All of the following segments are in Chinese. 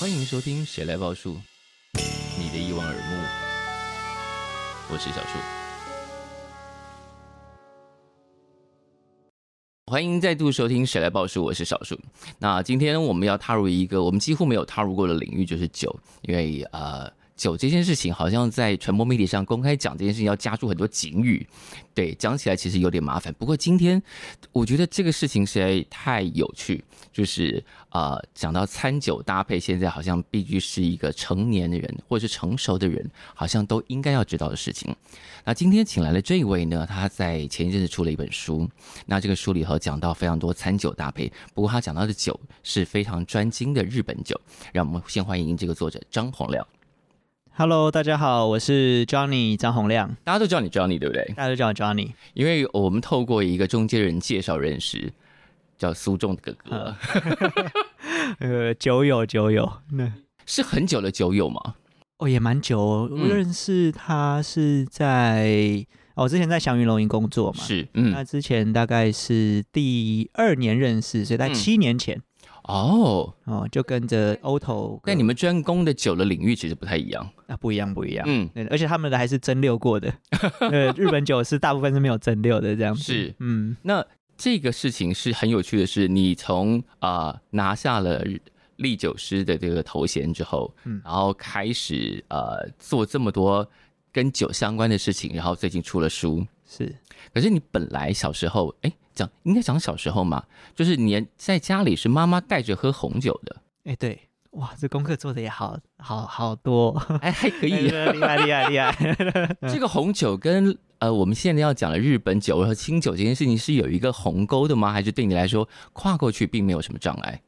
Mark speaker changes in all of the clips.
Speaker 1: 欢迎收听《谁来报数》，你的一望而目，我是小树。欢迎再度收听《谁来报数》，我是小树。那今天我们要踏入一个我们几乎没有踏入过的领域，就是酒，因为呃，酒这件事情好像在传播媒体上公开讲这件事情要加注很多警语，对，讲起来其实有点麻烦。不过今天我觉得这个事情实在太有趣，就是呃，讲到餐酒搭配，现在好像必须是一个成年的人或者是成熟的人，好像都应该要知道的事情。那今天请来的这一位呢，他在前一阵子出了一本书，那这个书里头讲到非常多餐酒搭配，不过他讲到的酒是非常专精的日本酒。让我们先欢迎这个作者张洪亮，
Speaker 2: Hello，大家好，我是 Johnny 张洪亮，
Speaker 1: 大家都叫你 Johnny 对不对？
Speaker 2: 大家都叫我 Johnny。
Speaker 1: 因为我们透过一个中间人介绍认识，叫苏仲哥哥
Speaker 2: 嗯，呃，酒友酒友，那
Speaker 1: 是很久的酒友嘛。
Speaker 2: 嗯哦也蛮久、哦，我
Speaker 1: 嗯
Speaker 2: 认识他是在、哦，我之前在祥云龙吟工作嘛，
Speaker 1: 是，嗯，
Speaker 2: 那之前大概是第二年认识，所以在
Speaker 1: 嗯
Speaker 2: 七年前、
Speaker 1: 哦，
Speaker 2: 哦，就跟着 Oto
Speaker 1: 但你们专攻的酒的领域其实不太一样。
Speaker 2: 啊不一样不一样。
Speaker 1: 嗯，
Speaker 2: 对，而且他们的还是蒸馏过 的，呃，日本酒是大部分是没有蒸馏的这样子。
Speaker 1: 是，
Speaker 2: 嗯，
Speaker 1: 那这个事情是很有趣的是，你从啊、呃拿下了历酒师的这个头衔之后，
Speaker 2: 嗯
Speaker 1: 然后开始呃做这么多跟酒相关的事情，然后最近出了书。
Speaker 2: 是，
Speaker 1: 可是你本来小时候，哎，讲应该讲小时候嘛，就是你在家里是妈妈带着喝红酒的，
Speaker 2: 哎、对，哇，这功课做的也好好好多、哦。
Speaker 1: 哎，还可
Speaker 2: 可
Speaker 1: 以。
Speaker 2: 厉害厉害厉害！
Speaker 1: 这个红酒跟呃我们现在要讲的日本酒和清酒这件事情是有一个鸿沟的吗？还是对你来说跨过去并没有什么障碍？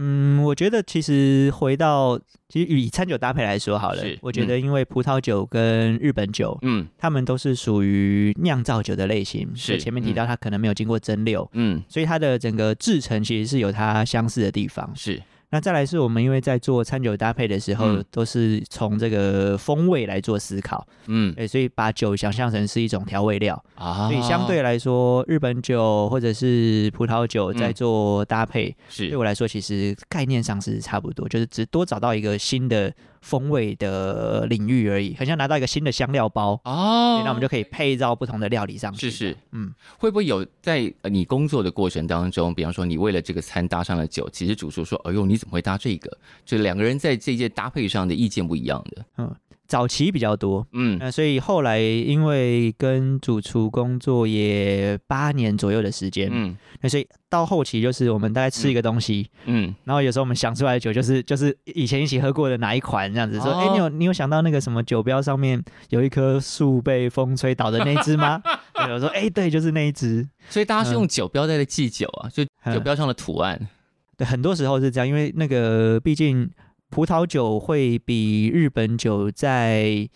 Speaker 2: 嗯，我觉得其实回到其实以餐酒搭配来说好了
Speaker 1: 是，
Speaker 2: 我觉得因为葡萄酒跟日本酒，
Speaker 1: 嗯
Speaker 2: 它们都是属于酿造酒的类型。
Speaker 1: 是
Speaker 2: 就前面提到它可能没有经过蒸馏，
Speaker 1: 嗯，
Speaker 2: 所以它的整个制成其实是有它相似的地方。
Speaker 1: 是
Speaker 2: 那再来是我们因为在做餐酒搭配的时候，
Speaker 1: 嗯
Speaker 2: 都是从这个风味来做思考，
Speaker 1: 嗯
Speaker 2: 对，所以把酒想象成是一种调味料。
Speaker 1: 啊，
Speaker 2: 所以相对来说，日本酒或者是葡萄酒在
Speaker 1: 嗯
Speaker 2: 做搭配，
Speaker 1: 是
Speaker 2: 对我来说其实概念上是差不多，就是只多找到一个新的风味的领域而已，很像拿到一个新的香料包，
Speaker 1: 哦
Speaker 2: 对，那我们就可以配到不同的料理上去。
Speaker 1: 是是，
Speaker 2: 嗯，
Speaker 1: 会不会有在呃你工作的过程当中，比方说你为了这个餐搭上了酒，其实主厨说：“哎呦，你怎么会搭这个？”就两个人在这件搭配上的意见不一样的。
Speaker 2: 早期比较多。
Speaker 1: 嗯
Speaker 2: 那、所以后来因为跟主厨工作也八年左右的时间，
Speaker 1: 嗯
Speaker 2: 那所以到后期就是我们大概吃一个东西，
Speaker 1: 嗯，
Speaker 2: 然后有时候我们想出来的酒就是就是以前一起喝过的哪一款这样子，说
Speaker 1: 哦
Speaker 2: 哎、诶你有你有想到那个什么酒标上面有一棵树被风吹倒的那一 只吗？对我说哎、诶对，就是那一只。
Speaker 1: 所以大家是用酒标在记酒啊，就
Speaker 2: 嗯
Speaker 1: 酒标上的图案。
Speaker 2: 对，很多时候是这样，因为那个毕竟葡萄酒会比日本酒在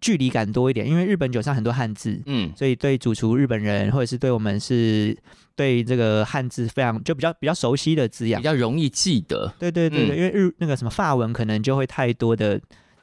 Speaker 2: 距离感多一点，因为日本酒上很多汉字，
Speaker 1: 嗯
Speaker 2: 所以对主厨日本人或者是对我们是对这个汉字非常就比较比较熟悉的字样
Speaker 1: 比。较容易记得，
Speaker 2: 对对对对，
Speaker 1: 嗯
Speaker 2: 因为日那个什么法文可能就会太多的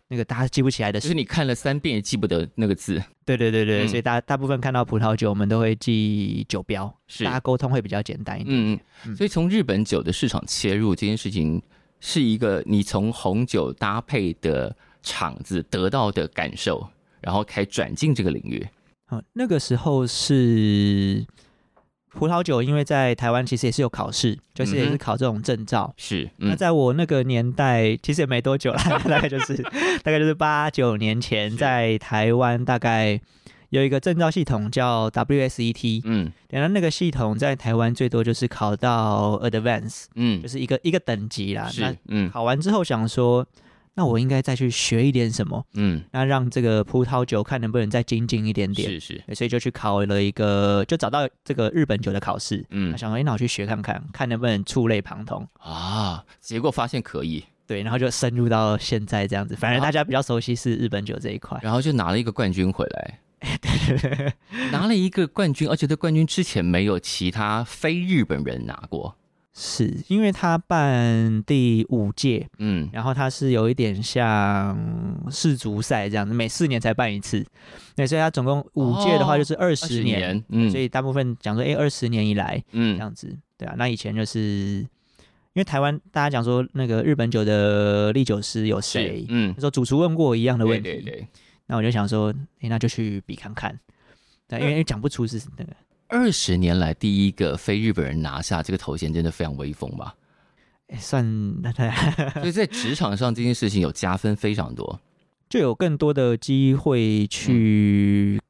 Speaker 2: 那个大家记不起来的
Speaker 1: 就
Speaker 2: 事。
Speaker 1: 是你看了三遍也记不得那个字。
Speaker 2: 对对对对，
Speaker 1: 嗯
Speaker 2: 所以大大部分看到葡萄酒，我们都会记酒标，
Speaker 1: 是
Speaker 2: 大家沟通会比较简单一点。
Speaker 1: 嗯嗯，
Speaker 2: 嗯
Speaker 1: 所以从日本酒的市场切入这件事情，是一个你从红酒搭配的厂子得到的感受，然后才转进这个领域。
Speaker 2: 嗯，那个时候是葡萄酒，因为在台湾其实也是有考试，就是也
Speaker 1: 嗯哼
Speaker 2: 是考这种证照。
Speaker 1: 是，
Speaker 2: 那
Speaker 1: 嗯，
Speaker 2: 在我那个年代，其实也没多久 啦，大概就是大概就是八九年前，
Speaker 1: 是
Speaker 2: 在台湾大概有一个证照系统叫 E WSET，
Speaker 1: 嗯
Speaker 2: 然后那个系统在台湾最多就是考到 Advance，
Speaker 1: 嗯
Speaker 2: 就，是一个一个等级啦。那
Speaker 1: 是，嗯
Speaker 2: 考完之后想说，那我应该再去学一点什么，
Speaker 1: 嗯，
Speaker 2: 那让这个葡萄酒看能不能再精进一点点。
Speaker 1: 是是，
Speaker 2: 对所以就去考了一个，就找到这个日本酒的考试。
Speaker 1: 嗯
Speaker 2: 那想说，哎，那我去学看看，看能不能触类旁通。
Speaker 1: 啊，结果发现可以，
Speaker 2: 对，然后就深入到现在这样子。反正
Speaker 1: 啊
Speaker 2: 大家比较熟悉是日本酒这一 块。
Speaker 1: 然后就拿了一个冠军回 来。拿了一个冠军，而且这冠军之前没有其他非日本人拿过，
Speaker 2: 是因为他办第五届，
Speaker 1: 嗯，
Speaker 2: 然后它是有一点像世足赛这样子，每四年才办一次。对，所以它总共五届的话
Speaker 1: 哦
Speaker 2: 就是二
Speaker 1: 二
Speaker 2: 十
Speaker 1: 十
Speaker 2: 年，
Speaker 1: 年，嗯，
Speaker 2: 所以大部分讲说，哎，二十年以来这
Speaker 1: 嗯
Speaker 2: 样子，对啊。那以前就是因为台湾大家讲说那个日本酒的历酒师有谁
Speaker 1: 是，？嗯
Speaker 2: 那，时候主厨问过我一样的
Speaker 1: 对
Speaker 2: 问题，
Speaker 1: 对对，
Speaker 2: 那我就想说，哎，那就去比看看。对，因为因为讲不出是那个，
Speaker 1: 二十年来第一个非日本人拿下这个头衔，真的非常威风 吧？
Speaker 2: 哎，算那他
Speaker 1: 所以在职场上这件事情有加分非常多，
Speaker 2: 就有更多的机会去
Speaker 1: 嗯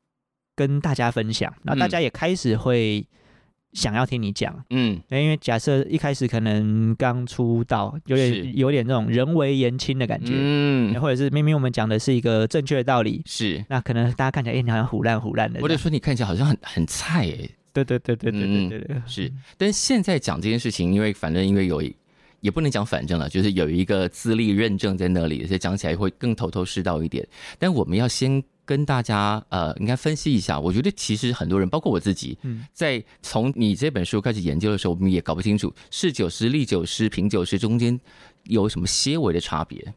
Speaker 2: 跟大家分享，那、大家也开始会想要听你讲。
Speaker 1: 嗯，
Speaker 2: 对因为假设一开始可能刚出道，有
Speaker 1: 是
Speaker 2: 点有点那种人为言轻的感觉，
Speaker 1: 嗯，
Speaker 2: 或者是明明我们讲的是一个正确的道理，
Speaker 1: 是，
Speaker 2: 那可能大家看起来，哎、你好像胡乱胡乱的这
Speaker 1: 或者
Speaker 2: 样。
Speaker 1: 说你看起来好像很很菜诶、
Speaker 2: 对对对对对对对对，
Speaker 1: 嗯是，但现在讲这件事情，因为反正因为有一，也不能讲反正了，就是有一个资历认证在那里，所以讲起来会更头头是道一点。但我们要先跟大家呃，应该分析一下。我觉得其实很多人，包括我自己，
Speaker 2: 嗯
Speaker 1: 在从你这本书开始研究的时候，我们也搞不清楚侍酒师、立酒师、品酒师中间有什么些微的差别。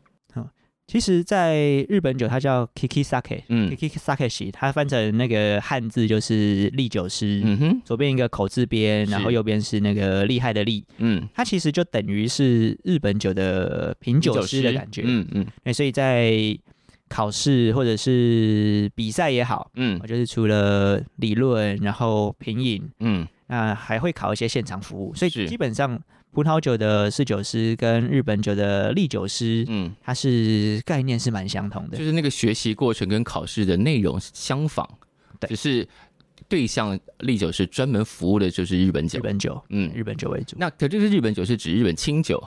Speaker 2: 其实，在日本酒它叫 Kiki Sake，Kiki、
Speaker 1: 嗯
Speaker 2: Sake 系，它翻成那个汉字就是利酒师。
Speaker 1: 嗯哼，
Speaker 2: 左边一个口字边，
Speaker 1: 是
Speaker 2: 然后右边是那个厉害的厉，
Speaker 1: 嗯，
Speaker 2: 它其实就等于是日本酒的品酒师的感觉。
Speaker 1: 嗯嗯
Speaker 2: 对，所以在考试或者是比赛也好，
Speaker 1: 嗯
Speaker 2: 就是除了理论，然后品饮，
Speaker 1: 嗯，
Speaker 2: 那还会考一些现场服务。所以
Speaker 1: 是
Speaker 2: 基本上葡萄酒的侍酒师跟日本酒的利酒师，
Speaker 1: 嗯，
Speaker 2: 它是概念是蛮相同的
Speaker 1: 就。是那个学习过程跟考试的内容相仿，
Speaker 2: 对
Speaker 1: 只是对象历酒是专门服务的就是日本酒
Speaker 2: 日。本酒，
Speaker 1: 嗯，
Speaker 2: 日本酒为主。
Speaker 1: 那可这个日本酒是指日本清酒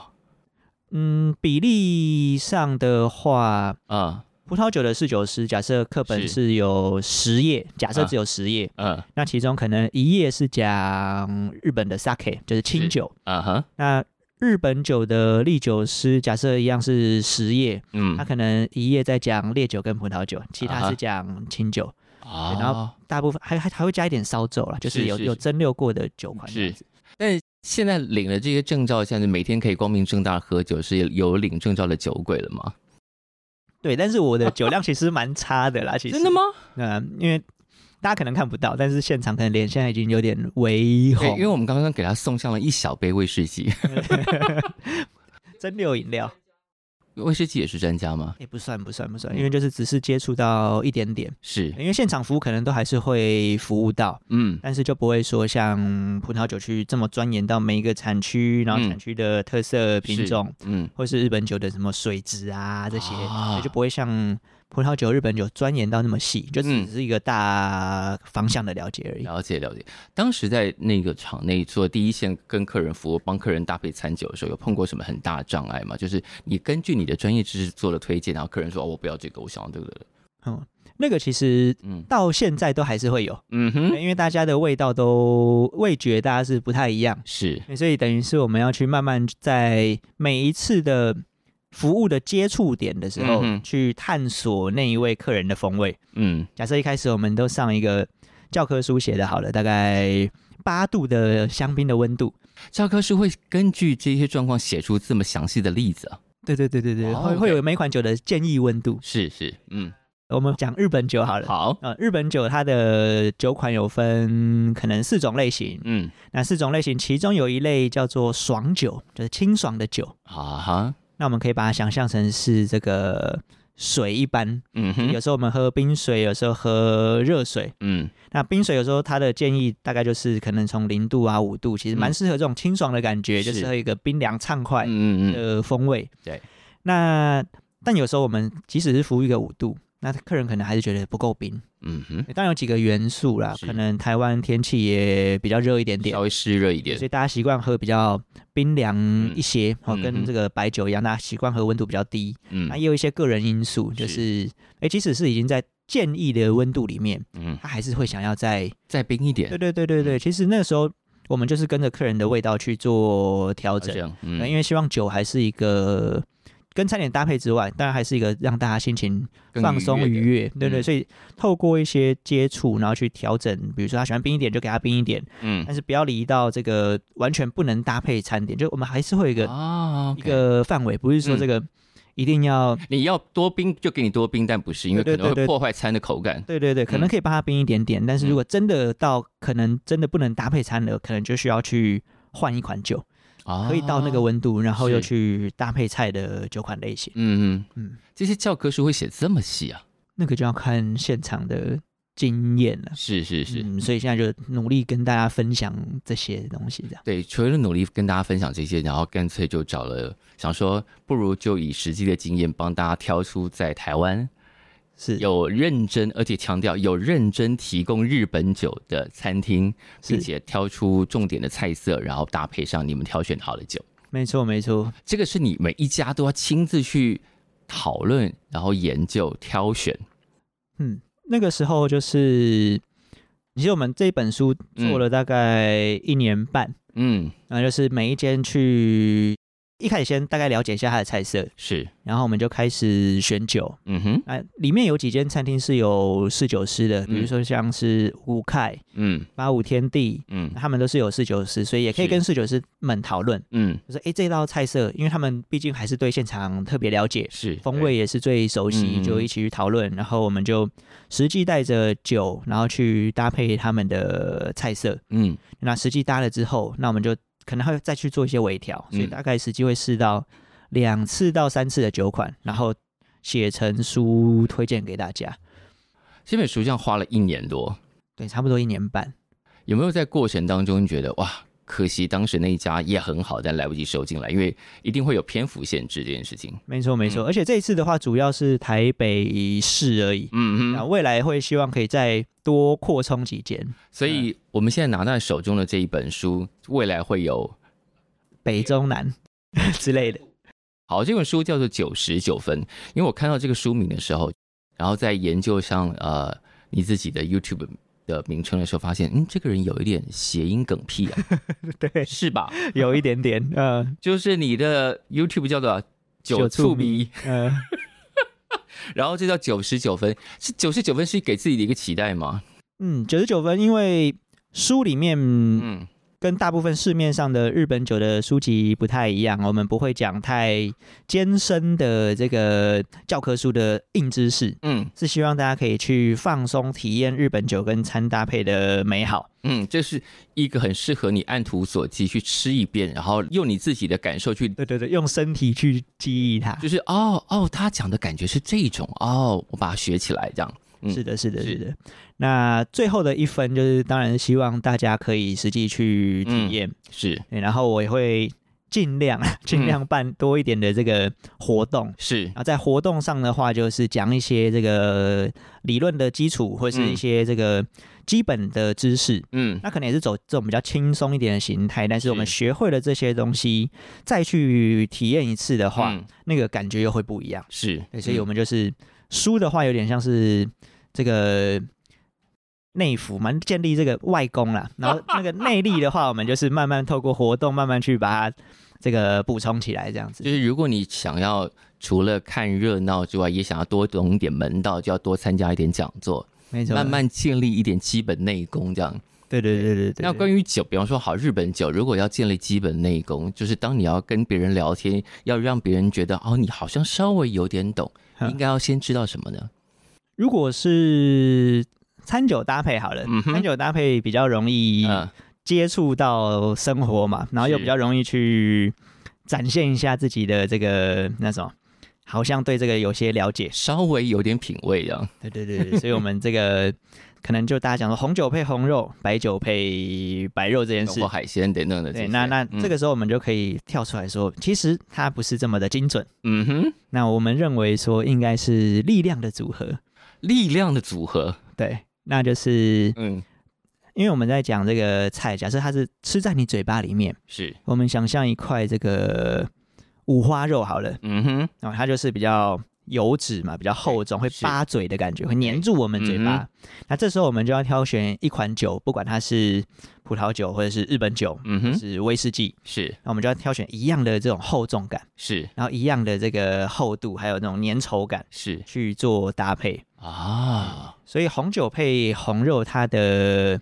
Speaker 2: 嗯，比例上的话，
Speaker 1: 啊，
Speaker 2: 葡萄酒的侍酒师，假设课本
Speaker 1: 是
Speaker 2: 是有十页，假设
Speaker 1: 啊
Speaker 2: 只有十页，
Speaker 1: 嗯
Speaker 2: 那其中可能一页是讲日本的 sake，就是清
Speaker 1: 是
Speaker 2: 酒。
Speaker 1: 啊哈，
Speaker 2: 那日本酒的利酒师，假设一样是十页，
Speaker 1: 嗯
Speaker 2: 他可能一页在讲烈酒跟葡萄酒，其
Speaker 1: 啊
Speaker 2: 他
Speaker 1: 哈
Speaker 2: 是讲清酒，
Speaker 1: 啊
Speaker 2: 然后大部分还还还会加一点烧酒啦，就是
Speaker 1: 是
Speaker 2: 有
Speaker 1: 是
Speaker 2: 有蒸馏过的酒款这样
Speaker 1: 是
Speaker 2: 子。，
Speaker 1: 但现在领了这些证照，现在每天可以光明正大喝酒，是有领证照的酒鬼了吗？
Speaker 2: 对，但是我的酒量其实蛮差的啦，其实
Speaker 1: 真的？吗？
Speaker 2: 嗯，因为大家可能看不到，但是现场可能脸现在已经有点微
Speaker 1: 对，
Speaker 2: 红
Speaker 1: 因为，我们刚刚给他送上了一小杯威士忌，
Speaker 2: 蒸馏饮料
Speaker 1: 威士忌也是专家吗？
Speaker 2: 也、不算不算不算，
Speaker 1: 嗯
Speaker 2: 因为就是只是接触到一点点，
Speaker 1: 是，
Speaker 2: 因为现场服务可能都还是会服务到，
Speaker 1: 嗯
Speaker 2: 但是就不会说像葡萄酒去这么钻研到每一个产区，然后
Speaker 1: 嗯
Speaker 2: 产区的特色品种，
Speaker 1: 嗯，
Speaker 2: 或是日本酒的什么水质啊这些，
Speaker 1: 啊
Speaker 2: 所以就不会像葡萄酒、日本酒钻研到那么细，就只
Speaker 1: 嗯
Speaker 2: 是一个大方向的了解而已。
Speaker 1: 了解了解。当时在那个场内做第一线跟客人服务，帮客人搭配餐酒的时候，有碰过什么很大的障碍吗？就是你根据你的专业知识做了推荐，然后客人说：“哦，我不要这个，我想要这个。
Speaker 2: 嗯，那个其实”
Speaker 1: 嗯
Speaker 2: 到现在都还是会有。
Speaker 1: 嗯哼，
Speaker 2: 因为大家的味道都味觉大家是不太一样，
Speaker 1: 是
Speaker 2: 所以等于是我们要去慢慢在每一次的服务的接触点的时
Speaker 1: 嗯
Speaker 2: 候，
Speaker 1: 哼
Speaker 2: 去探索那一位客人的风味。
Speaker 1: 嗯
Speaker 2: 假设一开始我们都上一个教科书写的好了，大概八度的香槟的温度。
Speaker 1: 教科书会根据这些状况写出这么详细的例子啊？
Speaker 2: 对对对对对，
Speaker 1: 哦
Speaker 2: 会
Speaker 1: OK
Speaker 2: 会有每款酒的建议温度。
Speaker 1: 是是，嗯，
Speaker 2: 我们讲日本酒好了。
Speaker 1: 好，
Speaker 2: 呃，日本酒它的酒款有分可能四种类型，
Speaker 1: 嗯
Speaker 2: 那四种类型，其中有一类叫做爽酒，就是清爽的酒。
Speaker 1: 啊哈，
Speaker 2: 那我们可以把它想象成是这个水一般，
Speaker 1: 嗯
Speaker 2: 有
Speaker 1: 哼，
Speaker 2: 时候我们喝冰水，有时候喝热水。
Speaker 1: 嗯
Speaker 2: 那冰水有时候它的建议大概就是可能从零度啊五度，其实蛮
Speaker 1: 嗯
Speaker 2: 适合这种清爽的感觉，
Speaker 1: 是
Speaker 2: 就是喝一个冰凉畅快
Speaker 1: 嗯嗯嗯，
Speaker 2: 的风味。
Speaker 1: 对，
Speaker 2: 那但有时候我们即使是服务一个五度。那客人可能还是觉得不够冰，
Speaker 1: 嗯哼，
Speaker 2: 当然有几个元素啦，
Speaker 1: 是
Speaker 2: 可能台湾天气也比较热一点点
Speaker 1: 稍，微湿热一点
Speaker 2: 所，以大家习惯喝比较冰凉一些，哦，
Speaker 1: 嗯
Speaker 2: 跟
Speaker 1: 哼
Speaker 2: 这个白酒一样，大家习惯喝温度比较低。
Speaker 1: 嗯
Speaker 2: 那、也有一些个人因素，就是哎、诶即使是已经在建议的温度里面，
Speaker 1: 嗯，
Speaker 2: 他还是会想要在。
Speaker 1: 再冰一点
Speaker 2: 对，对对对
Speaker 1: 嗯
Speaker 2: 对，其实那个时候我们就是跟着客人的味道去做调
Speaker 1: 好
Speaker 2: 整，
Speaker 1: 样，
Speaker 2: 那
Speaker 1: 嗯，
Speaker 2: 因为希望酒还是一个。跟餐点搭配之外，当然还是一个让大家心情
Speaker 1: 更
Speaker 2: 放松愉
Speaker 1: 愉悦
Speaker 2: 悦，对不对？
Speaker 1: 嗯
Speaker 2: 所以透过一些接触，然后去调整，比如说他喜欢冰一点就给他冰一点，
Speaker 1: 的，嗯
Speaker 2: 但是不要离到这个完全不能搭配餐点，就我们还是会有一个、
Speaker 1: 啊
Speaker 2: 一
Speaker 1: OK 嗯
Speaker 2: 个范围，不是说这个一定要。
Speaker 1: 你要多冰就给你多冰，但不是因为
Speaker 2: 对
Speaker 1: 可
Speaker 2: 对
Speaker 1: 能
Speaker 2: 对
Speaker 1: 会
Speaker 2: 对
Speaker 1: 破坏餐的口感。
Speaker 2: 对对对，
Speaker 1: 嗯
Speaker 2: 可能可以帮他冰一点点，但是如果真的到可能真的不能搭配餐了，可能就需要去换一款酒，
Speaker 1: 啊
Speaker 2: 可以到那个温度，然后又
Speaker 1: 是
Speaker 2: 去搭配菜的酒款类型，
Speaker 1: 嗯嗯嗯
Speaker 2: 嗯，
Speaker 1: 这些教科书会写这么细啊？
Speaker 2: 那个就要看现场的经验了。
Speaker 1: 是是是，
Speaker 2: 嗯，所以现在就努力跟大家分享这些东西，这样。
Speaker 1: 对，除了努力跟大家分享这些，然后干脆就找了，想说不如就以实际的经验帮大家挑出在台湾
Speaker 2: 是
Speaker 1: 有认真，而且强调有认真提供日本酒的餐厅，并
Speaker 2: 是，
Speaker 1: 且挑出重点的菜色，然后搭配上你们挑选好的酒。
Speaker 2: 没错没错，
Speaker 1: 这个是你每一家都要亲自去讨论，然后研究挑选。
Speaker 2: 嗯，那个时候就是，其实我们这本书做了大概一年半，
Speaker 1: 嗯，
Speaker 2: 然后就是每一间去，一开始先大概了解一下它的菜色，
Speaker 1: 是，
Speaker 2: 然后我们就开始选酒。
Speaker 1: 嗯哼，
Speaker 2: 啊，里面有几间餐厅是有侍酒师的，比
Speaker 1: 嗯
Speaker 2: 如说像是五凯、
Speaker 1: 嗯
Speaker 2: 八五天地，
Speaker 1: 嗯
Speaker 2: 他们都是有侍酒师，所以也可以
Speaker 1: 是
Speaker 2: 跟侍酒师们讨论，
Speaker 1: 嗯，
Speaker 2: 就说诶这道菜色，因为他们毕竟还是对现场特别了解，
Speaker 1: 是
Speaker 2: 风味也是最熟
Speaker 1: 嗯嗯
Speaker 2: 悉，
Speaker 1: 嗯
Speaker 2: 就一起去讨论，然后我们就实际带着酒，然后去搭配他们的菜色。
Speaker 1: 对嗯
Speaker 2: 那实际搭了之后，那我们就可能还会再去做一些微调，所以
Speaker 1: 嗯
Speaker 2: 大概实际会试到两次到三次的酒款，然后写成书推荐给大家。
Speaker 1: 这本书这样花了一年多，
Speaker 2: 对，差不多一年半。
Speaker 1: 有没有在过程当中觉得哇，可惜当时那一家也很好，但来不及收进来，因为一定会有篇幅限制这件事情。
Speaker 2: 没错，没错。
Speaker 1: 嗯
Speaker 2: 而且这一次的话，主要是台北市而已。
Speaker 1: 嗯
Speaker 2: 那
Speaker 1: 哼，
Speaker 2: 未来会希望可以再多扩充几间
Speaker 1: 所以我们现在拿到手中的这一本书，未来会有
Speaker 2: 北 中南之类的。
Speaker 1: 好，这本书叫做《九十九分》，因为我看到这个书名的时候，然后在研究上呃你自己的 YouTube 的名称的时候，发现嗯，这个人有一点谐音梗屁 啊，
Speaker 2: 对，
Speaker 1: 是吧？
Speaker 2: 有一点点，呃，
Speaker 1: 就是你的 YouTube 叫做九
Speaker 2: 九
Speaker 1: 醋
Speaker 2: 醋
Speaker 1: 迷
Speaker 2: 迷，呃，
Speaker 1: 然后这叫九十九分，是九十九分是给自己的一个期待吗？
Speaker 2: 嗯，九十九分，因为书里面
Speaker 1: 嗯
Speaker 2: 跟大部分市面上的日本酒的书籍不太一样，我们不会讲太艰深的这个教科书的硬知识，
Speaker 1: 嗯
Speaker 2: 是希望大家可以去放松体验日本酒跟餐搭配的美好。
Speaker 1: 嗯，这是一个很适合你按图索骥去吃一遍，然后用你自己的感受去。
Speaker 2: 对对对，用身体去记忆它。
Speaker 1: 就是哦哦，他讲的感觉是这种哦，我把它学起来这样。嗯
Speaker 2: 是的，是的，
Speaker 1: 是
Speaker 2: 是的。那最后的一分就是，当然希望大家可以实际去体验。
Speaker 1: 是
Speaker 2: 对，然后我也会尽量尽量办多一点的这个活动。
Speaker 1: 是
Speaker 2: 然，后在活动上的话，就是讲一些这个理论的基础，或是一些这个基本的知识。
Speaker 1: 嗯
Speaker 2: 那可能也是走这种比较轻松一点的形态，但是我们
Speaker 1: 是
Speaker 2: 学会了这些东西，再去体验一次的话，
Speaker 1: 嗯
Speaker 2: 那个感觉又会不一样。
Speaker 1: 是，
Speaker 2: 对，所以我
Speaker 1: 们
Speaker 2: 们就是书的话，有点像是这个内服嘛，建立这个外功啦。然后那个内力的话，我们就是慢慢透过活动，慢慢去把它这个补充起来，这样子
Speaker 1: 就。是如果你想要除了看热闹之外，也想要多懂一点门道，就要多参加一点讲座，
Speaker 2: 没错，
Speaker 1: 慢慢建立一点基本内功这样。
Speaker 2: 对，对对对对对。
Speaker 1: 那关于酒，比方说好日本酒，如果要建立基本内功，就是当你要跟别人聊天，要让别人觉得哦，你好像稍微有点懂，
Speaker 2: 嗯
Speaker 1: 应该要先知道什么呢？
Speaker 2: 如果是餐酒搭配好了，
Speaker 1: 嗯哼
Speaker 2: 餐酒搭配比较容易
Speaker 1: 嗯
Speaker 2: 接触到生活嘛，然后又
Speaker 1: 是
Speaker 2: 比较容易去展现一下自己的这个那什么，好像对这个有些了解。
Speaker 1: 稍微有点品味这样。
Speaker 2: 对对对对，所以我们 这个可能就大家讲说红酒配红肉，白酒配白肉这件事
Speaker 1: 或。海鲜等等的这些。
Speaker 2: 对，那那
Speaker 1: 嗯
Speaker 2: 这个时候我们就可以跳出来说，其实它不是这么的精准。
Speaker 1: 嗯哼，
Speaker 2: 那我们认为说应该是力量的组合，
Speaker 1: 力量的组合，
Speaker 2: 对，那就是
Speaker 1: 嗯，
Speaker 2: 因为我们在讲这个菜，假设它是吃在你嘴巴里面，
Speaker 1: 是，
Speaker 2: 我们想象一块这个五花肉好了，
Speaker 1: 嗯哼，
Speaker 2: 然、后它就是比较油脂嘛比较厚重，会
Speaker 1: 是
Speaker 2: 扒嘴的感觉，会粘住我们嘴巴。嗯那这时候我们就要挑选一款酒，不管它是葡萄酒或者是日本酒，
Speaker 1: 嗯
Speaker 2: 或
Speaker 1: 哼，
Speaker 2: 是威士忌，
Speaker 1: 是
Speaker 2: 那我们就要挑选一样的这种厚重感，
Speaker 1: 是
Speaker 2: 然后一样的这个厚度，还有那种粘稠感
Speaker 1: 是
Speaker 2: 去做搭配。
Speaker 1: 啊，
Speaker 2: 所以红酒配红肉，它的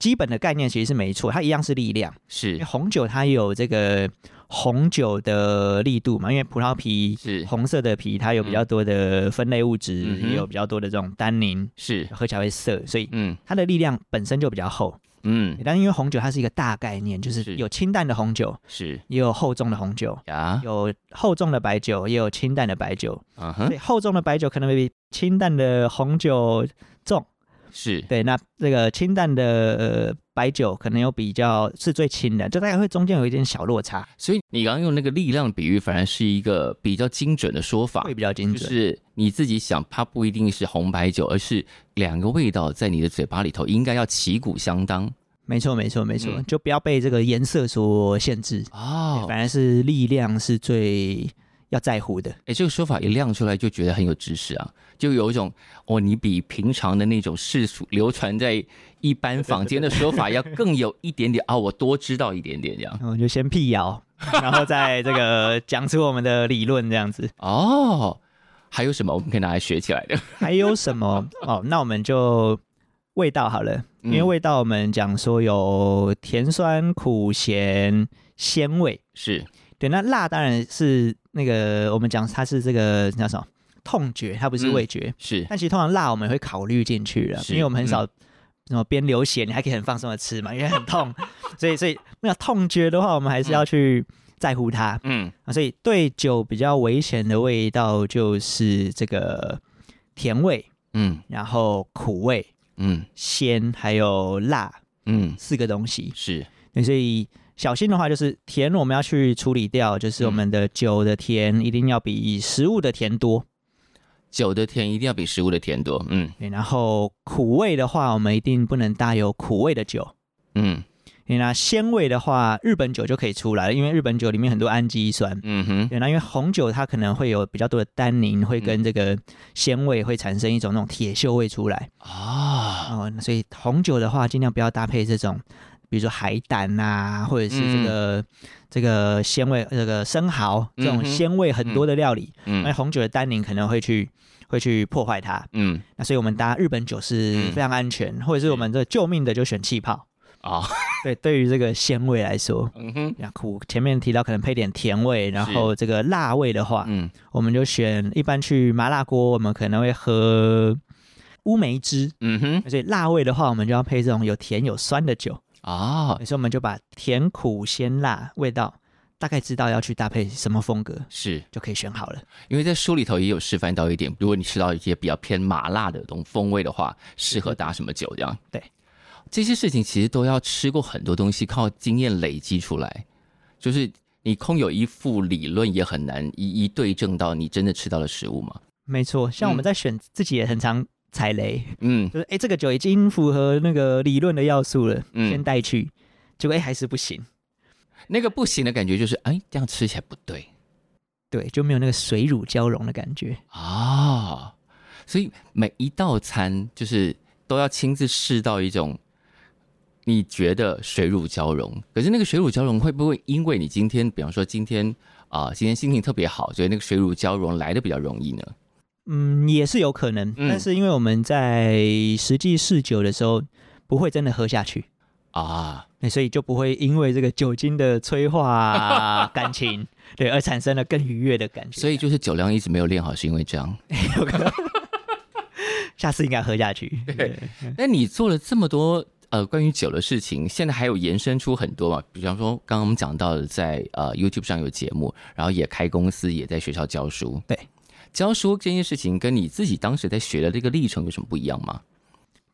Speaker 2: 基本的概念其实是没错，它一样是力量。因为
Speaker 1: 是
Speaker 2: 红酒它有这个红酒的力度嘛，因为葡萄皮
Speaker 1: 是
Speaker 2: 红色的皮它有比较多的分类物质，
Speaker 1: 嗯哼
Speaker 2: 也有比较多的这种单宁，
Speaker 1: 是，
Speaker 2: 喝起来会涩，所以
Speaker 1: 嗯
Speaker 2: 它的力量本身就比较厚。
Speaker 1: 嗯
Speaker 2: 但因为红酒它是一个大概念，就是
Speaker 1: 是
Speaker 2: 有清淡的红酒，
Speaker 1: 是
Speaker 2: 也有厚重的红酒，
Speaker 1: 呀，
Speaker 2: 有厚重的白
Speaker 1: 啊
Speaker 2: 酒，也有清淡的白酒。
Speaker 1: 嗯
Speaker 2: 所
Speaker 1: 哼，
Speaker 2: 以厚重的白酒可能会比清淡的红酒重，
Speaker 1: 是
Speaker 2: 对，那这个清淡的呃白酒可能有比较是最轻的，就大概会中间有一点小落差，
Speaker 1: 所以你刚刚用那个力量比喻，反而是一个比较精准的说法
Speaker 2: 会，比较精
Speaker 1: 就
Speaker 2: 准。
Speaker 1: 是你自己想，它不一定是红白酒，而是两个味道在你的嘴巴里头应该要旗鼓相当
Speaker 2: 没错，没错，没错，
Speaker 1: 嗯
Speaker 2: 就不要被这个颜色所限制，
Speaker 1: 哦。
Speaker 2: 反而是力量是最要在乎 的。
Speaker 1: 哎，这个说法一亮出来，就觉得很有知识啊，就有一种哦，你比平常的那种世俗流传在一般坊间的说法要更有一点 点啊，我多知道一点点这样
Speaker 2: 那我们就先辟 谣，然后再这个讲出我们的理论这 样子。
Speaker 1: 哦。还有什么我们可以拿来学起来的？
Speaker 2: 还有什么？哦，那我们就味道好了，因为
Speaker 1: 嗯
Speaker 2: 味道我们讲说有甜、酸、苦、咸、鲜味。
Speaker 1: 是
Speaker 2: 对，那辣当然是那个我们讲它是这个叫什么痛觉，它不是
Speaker 1: 嗯
Speaker 2: 味觉。
Speaker 1: 是
Speaker 2: 但其实通常辣我们会考虑进去了，
Speaker 1: 是
Speaker 2: 因为我们很少什么边流血，你还可以很放松的吃嘛，因为很痛，所以所以那个痛觉的话，我们还是要去在乎它。
Speaker 1: 嗯
Speaker 2: 啊所以对酒比较危险的味道就是这个甜味，
Speaker 1: 嗯
Speaker 2: 然后苦味、
Speaker 1: 嗯
Speaker 2: 鲜还有辣
Speaker 1: 嗯，
Speaker 2: 四个东西。
Speaker 1: 是
Speaker 2: 对，所以小心的话就是甜，我们要去处理掉，就是我们的酒的甜一定要比食物的甜多。
Speaker 1: 酒的甜一定要比食物的甜多。嗯
Speaker 2: 对，然后苦味的话，我们一定不能搭有苦味的酒。
Speaker 1: 嗯
Speaker 2: 对，那鲜味的话，日本酒就可以出来了，因为日本酒里面很多氨基酸。
Speaker 1: 嗯哼，
Speaker 2: 对，那因为红酒它可能会有比较多的单宁，会跟这个鲜味会产生一种那种铁锈味出来
Speaker 1: 啊，
Speaker 2: 哦。那所以红酒的话，尽量不要搭配这种，比如说海胆啊，或者是这个、这个鲜味、这个生蚝
Speaker 1: 嗯
Speaker 2: 这种
Speaker 1: 哼
Speaker 2: 鲜味很多的料理，因为
Speaker 1: 嗯
Speaker 2: 红酒的单宁可能会去会去破坏它。
Speaker 1: 嗯
Speaker 2: 那所以我们搭日本酒是
Speaker 1: 嗯
Speaker 2: 非常安全，或者是我们这救命的就选气泡。
Speaker 1: 啊，
Speaker 2: 对，对于这个鲜味来说，
Speaker 1: 嗯哼，
Speaker 2: 那苦前面提到可能配点甜味，然后这个辣味的话，
Speaker 1: 嗯
Speaker 2: 我们就选一般去麻辣锅，我们可能会喝乌梅汁。
Speaker 1: 嗯哼，
Speaker 2: 所以辣味的话，我们就要配这种有甜有酸的酒。
Speaker 1: 啊，
Speaker 2: 所以我们就把甜苦鲜辣味道大概知道要去搭配什么风格，
Speaker 1: 是
Speaker 2: 就可以选好了。
Speaker 1: 因为在书里头也有示范到一点，如果你吃到一些比较偏麻辣的东风味的话，适合搭什么酒这样。
Speaker 2: 对，
Speaker 1: 这些事情其实都要吃过很多东西，靠经验累积出来，就是。你空有一副理论，也很难一一对证到你真的吃到的食物嘛。
Speaker 2: 没错，像我们在选自己也很常踩雷。
Speaker 1: 嗯
Speaker 2: 就是哎、诶这个酒已经符合那个理论的要素了，先
Speaker 1: 嗯，
Speaker 2: 带去，结果哎、诶还是不行，
Speaker 1: 那个不行的感觉就是，哎，这样吃起来不对。
Speaker 2: 对，就没有那个水乳交融的感觉，
Speaker 1: 啊，所以每一道餐就是都要亲自试到一种你觉得水乳交融，可是那个水乳交融会不会因为你今天，比方说今天啊、今天心情特别好，所以那个水乳交融来的比较容易呢？
Speaker 2: 嗯，也是有可能，
Speaker 1: 嗯
Speaker 2: 但是因为我们在实际试酒的时候不会真的喝下去。
Speaker 1: 啊，
Speaker 2: 对所以就不会因为这个酒精的催 化啊感情，对，而产生了更愉悦的感觉。
Speaker 1: 所以就是酒量一直没有练好，是因为这样。
Speaker 2: 有可能下次应该喝下去。对，
Speaker 1: 那你做了这么多呃关于酒的事情，现在还有延伸出很多嘛？比方说刚刚我们讲到的在，呃 YouTube 上有节目，然后也开公司，也在学校教书。
Speaker 2: 对，
Speaker 1: 教书这件事情跟你自己当时在学的这个历程有什么不一样吗？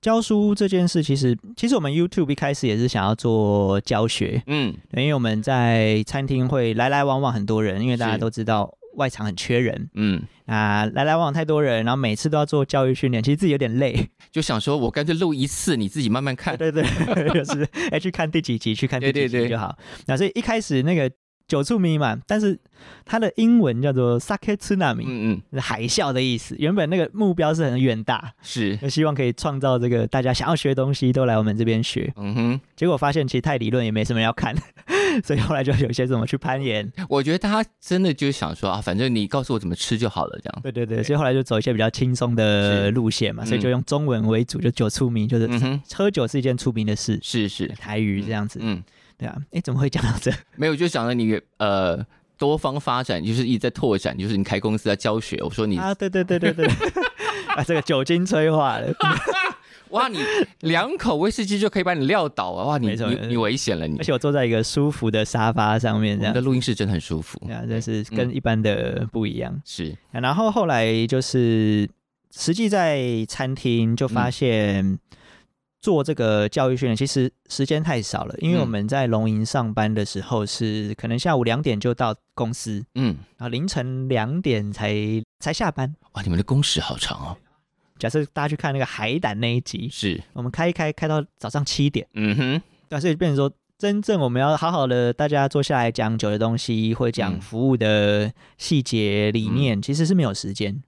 Speaker 2: 教书这件事，其实其实我们 YouTube 一开始也是想要做教学，
Speaker 1: 嗯，
Speaker 2: 对因为我们在餐厅会来来往往很多人，因为大家
Speaker 1: 是
Speaker 2: 都知道外场很缺人
Speaker 1: 嗯，
Speaker 2: 啊，来来往往太多人，然后每次都要做教育训练，其实自己有点累。
Speaker 1: 就想说我干脆录一次，你自己慢慢看。
Speaker 2: 对对，对就是哎、去看第几集，去看第
Speaker 1: 对
Speaker 2: 几
Speaker 1: 对对
Speaker 2: 集就好。那所以一开始那个酒醋迷嘛，但是它的英文叫做 sake tsunami，、
Speaker 1: 嗯嗯，
Speaker 2: 海啸的意思。原本那个目标是很远大，
Speaker 1: 是，
Speaker 2: 就希望可以创造这个大家想要学东西都来我们这边学。
Speaker 1: 嗯哼。
Speaker 2: 结果发现其实太理论也没什么人要看， 所以后来就有一些什么去攀岩，
Speaker 1: 我觉得大家真的就想说啊，反正你告诉我怎么吃就好了，这样。
Speaker 2: 对对对，所以后来就走一些比较轻松的
Speaker 1: 是
Speaker 2: 路线嘛，所
Speaker 1: 嗯
Speaker 2: 以就用中文为主，就酒醋迷，就是
Speaker 1: 嗯哼，
Speaker 2: 喝酒是一件出名的事，
Speaker 1: 是是，
Speaker 2: 台语这样子，
Speaker 1: 嗯，
Speaker 2: 对啊，哎，怎么会讲到这？
Speaker 1: 没有就想着你呃多方发展，就是一直在拓展，就是你开公司在教学。我说你、
Speaker 2: 啊，对对对对对， 啊，这个酒精催化了，嗯
Speaker 1: 哇，你两口威士忌就可以把你撂倒啊！哇，你
Speaker 2: 没错
Speaker 1: 你
Speaker 2: 没错
Speaker 1: 你危险了你
Speaker 2: 而。且我坐在一个舒服的沙发上面
Speaker 1: 我
Speaker 2: 这
Speaker 1: 们
Speaker 2: 样
Speaker 1: 的。录音室真的很舒服，
Speaker 2: 对啊，这是跟一般的不一样。
Speaker 1: 是
Speaker 2: 啊然后后来就是实际在餐厅就发现做这个教育训练，其实时间太少了，因为
Speaker 1: 嗯
Speaker 2: 我们在龙营上班的时候是可能下午两点就到公司，
Speaker 1: 嗯，
Speaker 2: 然后凌晨两点才才下班。
Speaker 1: 哇，你们的工时好长哦。
Speaker 2: 假设大家去看那个海胆那一集，
Speaker 1: 是，
Speaker 2: 我们开一开开到早上七点，
Speaker 1: 嗯哼，
Speaker 2: 对啊、所以变成说。真正我们要好好的，大家坐下来讲酒的东西，或者讲
Speaker 1: 嗯
Speaker 2: 服务的细节理念，其实是没有时间。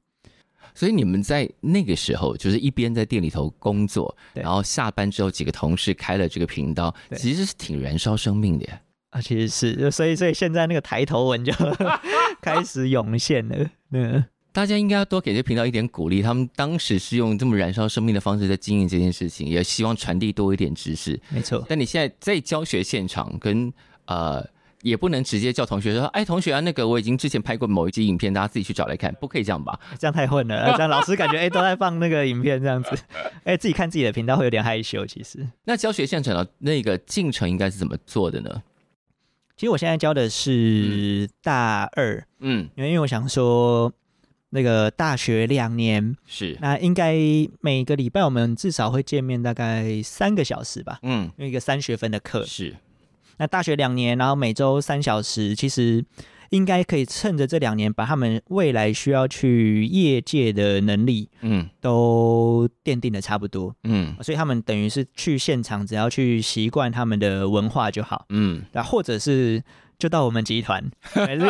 Speaker 1: 所以你们在那个时候就是一边在店里头工作，
Speaker 2: 对
Speaker 1: 然后下班之后几个同事开了这个频道，
Speaker 2: 对
Speaker 1: 其实是挺燃烧生命的耶。
Speaker 2: 啊，其实是，就所以所以现在那个抬头纹就 开始涌现了。嗯，
Speaker 1: 大家应该要多给这频道一点鼓励。他们当时是用这么燃烧生命的方式在经营这件事情，也希望传递多一点知识。
Speaker 2: 没错，
Speaker 1: 但你现在在教学现场跟呃，也不能直接叫同学说：“哎，同学啊，那个我已经之前拍过某一集影片，大家自己去找来看。”不可以这样吧？
Speaker 2: 这样太混了。这样老师感觉哎、都在放那个影片这样子，哎、自己看自己的频道会有点害羞。其实，
Speaker 1: 那教学现场的那个进程应该是怎么做的呢？
Speaker 2: 其实我现在教的是大二，
Speaker 1: 嗯，
Speaker 2: 因为因为我想说。那个大学两年，
Speaker 1: 是，
Speaker 2: 那应该每个礼拜我们至少会见面大概三个小时吧，
Speaker 1: 嗯，
Speaker 2: 因为一个三学分的课。
Speaker 1: 是，
Speaker 2: 那大学两年，然后每周三小时，其实应该可以趁着这两年，把他们未来需要去业界的能力
Speaker 1: 嗯
Speaker 2: 都奠定的差不多，
Speaker 1: 嗯
Speaker 2: 所以他们等于是去现场，只要去习惯他们的文化就好，
Speaker 1: 嗯，
Speaker 2: 那或者是。就到我们集团，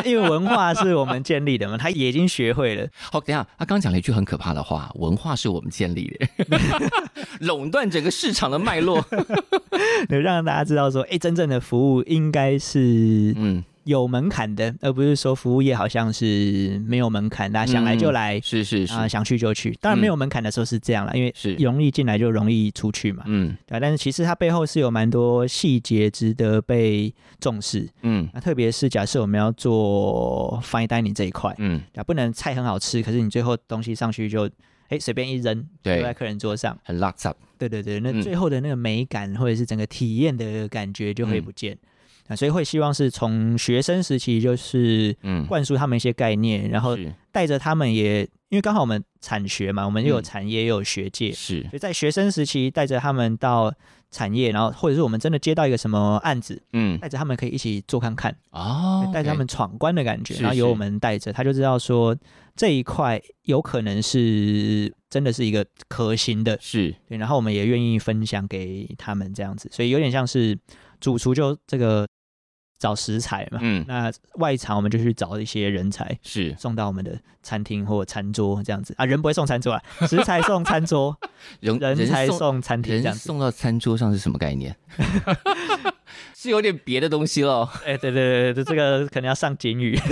Speaker 2: 因为文化是我们建立的嘛，他也已经学会了。
Speaker 1: 好，等一下，他刚讲了一句很可怕的话：“文化是我们建立的， 垄断整个市场的脉络。
Speaker 2: 对，让大家知道说，哎、真正的服务应该是”
Speaker 1: 嗯，
Speaker 2: 有门槛的，而不是说服务业好像是没有门槛，大家想来就
Speaker 1: 嗯
Speaker 2: 来，
Speaker 1: 是是是，
Speaker 2: 啊、想去就去。当然没
Speaker 1: 嗯
Speaker 2: 有门槛的时候是这样啦，因为
Speaker 1: 是
Speaker 2: 容易进来就容易出去嘛，
Speaker 1: 嗯
Speaker 2: 对、啊、但是其实它背后是有蛮多细节值得被重视。啊
Speaker 1: 嗯
Speaker 2: 那特别是假设我们要做 fine dining 这一块，
Speaker 1: 嗯，
Speaker 2: 对啊，不能菜很好吃，可是你最后东西上去就哎随便一扔，丢在
Speaker 1: 对，
Speaker 2: 客人桌上。
Speaker 1: 很 l u x up。
Speaker 2: 对对对，那
Speaker 1: 嗯
Speaker 2: 最后的那个美感或者是整个体验的感觉就会
Speaker 1: 嗯
Speaker 2: 不见。啊，所以会希望是从学生时期就是
Speaker 1: 嗯，
Speaker 2: 灌输他们一些概念，然后
Speaker 1: 是
Speaker 2: 带着他们也，因为刚好我们产学嘛，我们又有
Speaker 1: 嗯
Speaker 2: 产业又有学界，
Speaker 1: 是，
Speaker 2: 所以在学生时期带着他们到产业，然后或者是我们真的接到一个什么案子，
Speaker 1: 嗯
Speaker 2: 带着他们可以一起做看看，
Speaker 1: 哦，
Speaker 2: 带着他们闯关的感觉，
Speaker 1: 是
Speaker 2: 然后由我
Speaker 1: 是
Speaker 2: 们带着，他就知道说这一块有可能是真的是一个可行的，
Speaker 1: 是
Speaker 2: 对，然后我们也愿意分享给他们这样子，所以有点像是主厨就这个找食材嘛，
Speaker 1: 嗯
Speaker 2: 那外场我们就去找一些人才，
Speaker 1: 是
Speaker 2: 送到我们的餐厅或餐桌这样子啊，人不会送餐 桌啊，食材送餐桌，
Speaker 1: 人
Speaker 2: 人才
Speaker 1: 送
Speaker 2: 送餐厅这
Speaker 1: 人
Speaker 2: 样子。
Speaker 1: 送到餐桌上是什么概念？ 是有点别的东西哦喽。
Speaker 2: 哎、对对对对，这个可能要上警 语。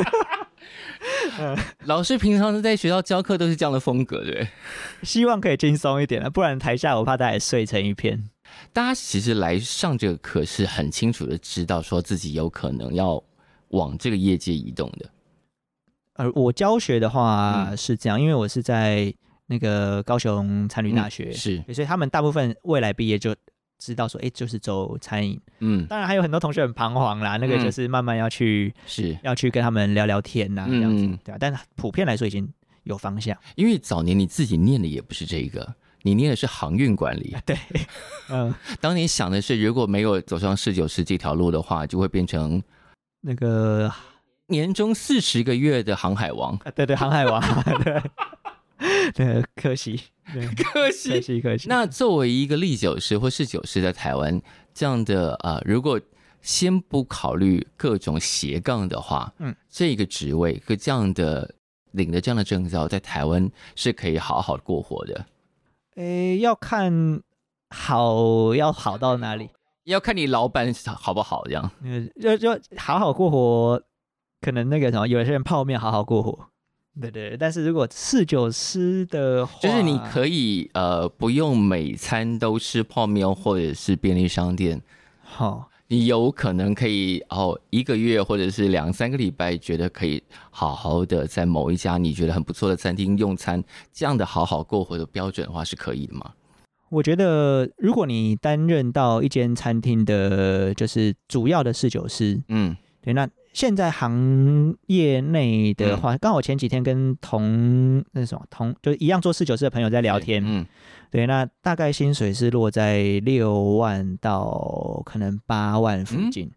Speaker 1: 老师平常在学校教课都是这样的风格，对不对。
Speaker 2: 希望可以轻松一点啊，不然台下我怕大家也睡成一片。
Speaker 1: 大家其实来上这个课是很清楚的知道，说自己有可能要往这个业界移动的。
Speaker 2: 而呃我教学的话
Speaker 1: 嗯
Speaker 2: 是这样，因为我是在那个高雄餐旅大学，
Speaker 1: 嗯是，
Speaker 2: 对所以他们大部分未来毕业就知道说，哎、就是走餐饮。
Speaker 1: 嗯，
Speaker 2: 当然还有很多同学很彷徨啦，那个就
Speaker 1: 嗯
Speaker 2: 是慢慢要去、
Speaker 1: 是
Speaker 2: 要去跟他们聊聊天呐、这样子，
Speaker 1: 嗯
Speaker 2: 对啊，但普遍来说已经有方向。
Speaker 1: 因为早年你自己念的也不是这个，你念的是航运管
Speaker 2: 哎
Speaker 1: 理。
Speaker 2: 嗯，
Speaker 1: 当你想的是如果没有走上侍酒师这条路的话，就会变成
Speaker 2: 那个
Speaker 1: 年终四十个月的航海王，
Speaker 2: 啊，对对，航海王，对，对，可惜，对，
Speaker 1: 可
Speaker 2: 可。惜，可惜。
Speaker 1: 那作为一个历酒师或侍酒师，在台湾这样的啊、呃如果先不考虑各种斜杠的话，
Speaker 2: 嗯，
Speaker 1: 这个职位和这样的领了这样的证照，在台湾是可以好好过活的。
Speaker 2: 诶，要看好要好到哪里，
Speaker 1: 要看你老板好不好，这样
Speaker 2: 呃，就就好好过活，可能那个什么，有些人泡面好好过活，对对对但是如果侍酒师的话，
Speaker 1: 就是你可以呃不用每餐都吃泡面或者是便利商店，
Speaker 2: 好、
Speaker 1: 你有可能可以哦一个月或者是两三个礼拜，觉得可以好好的在某一家你觉得很不错的餐厅用餐，这样的好好过活的标准的话是可以的吗？
Speaker 2: 我觉得如果你担任到一间餐厅的，就是主要的侍酒师，
Speaker 1: 嗯
Speaker 2: 对，那现在行业内
Speaker 1: 嗯
Speaker 2: 的话，刚好前几天跟同那是什么同就是一样做侍酒师的朋友在聊天，
Speaker 1: 嗯
Speaker 2: 对，那大概薪水是落在六万到可能八万附近。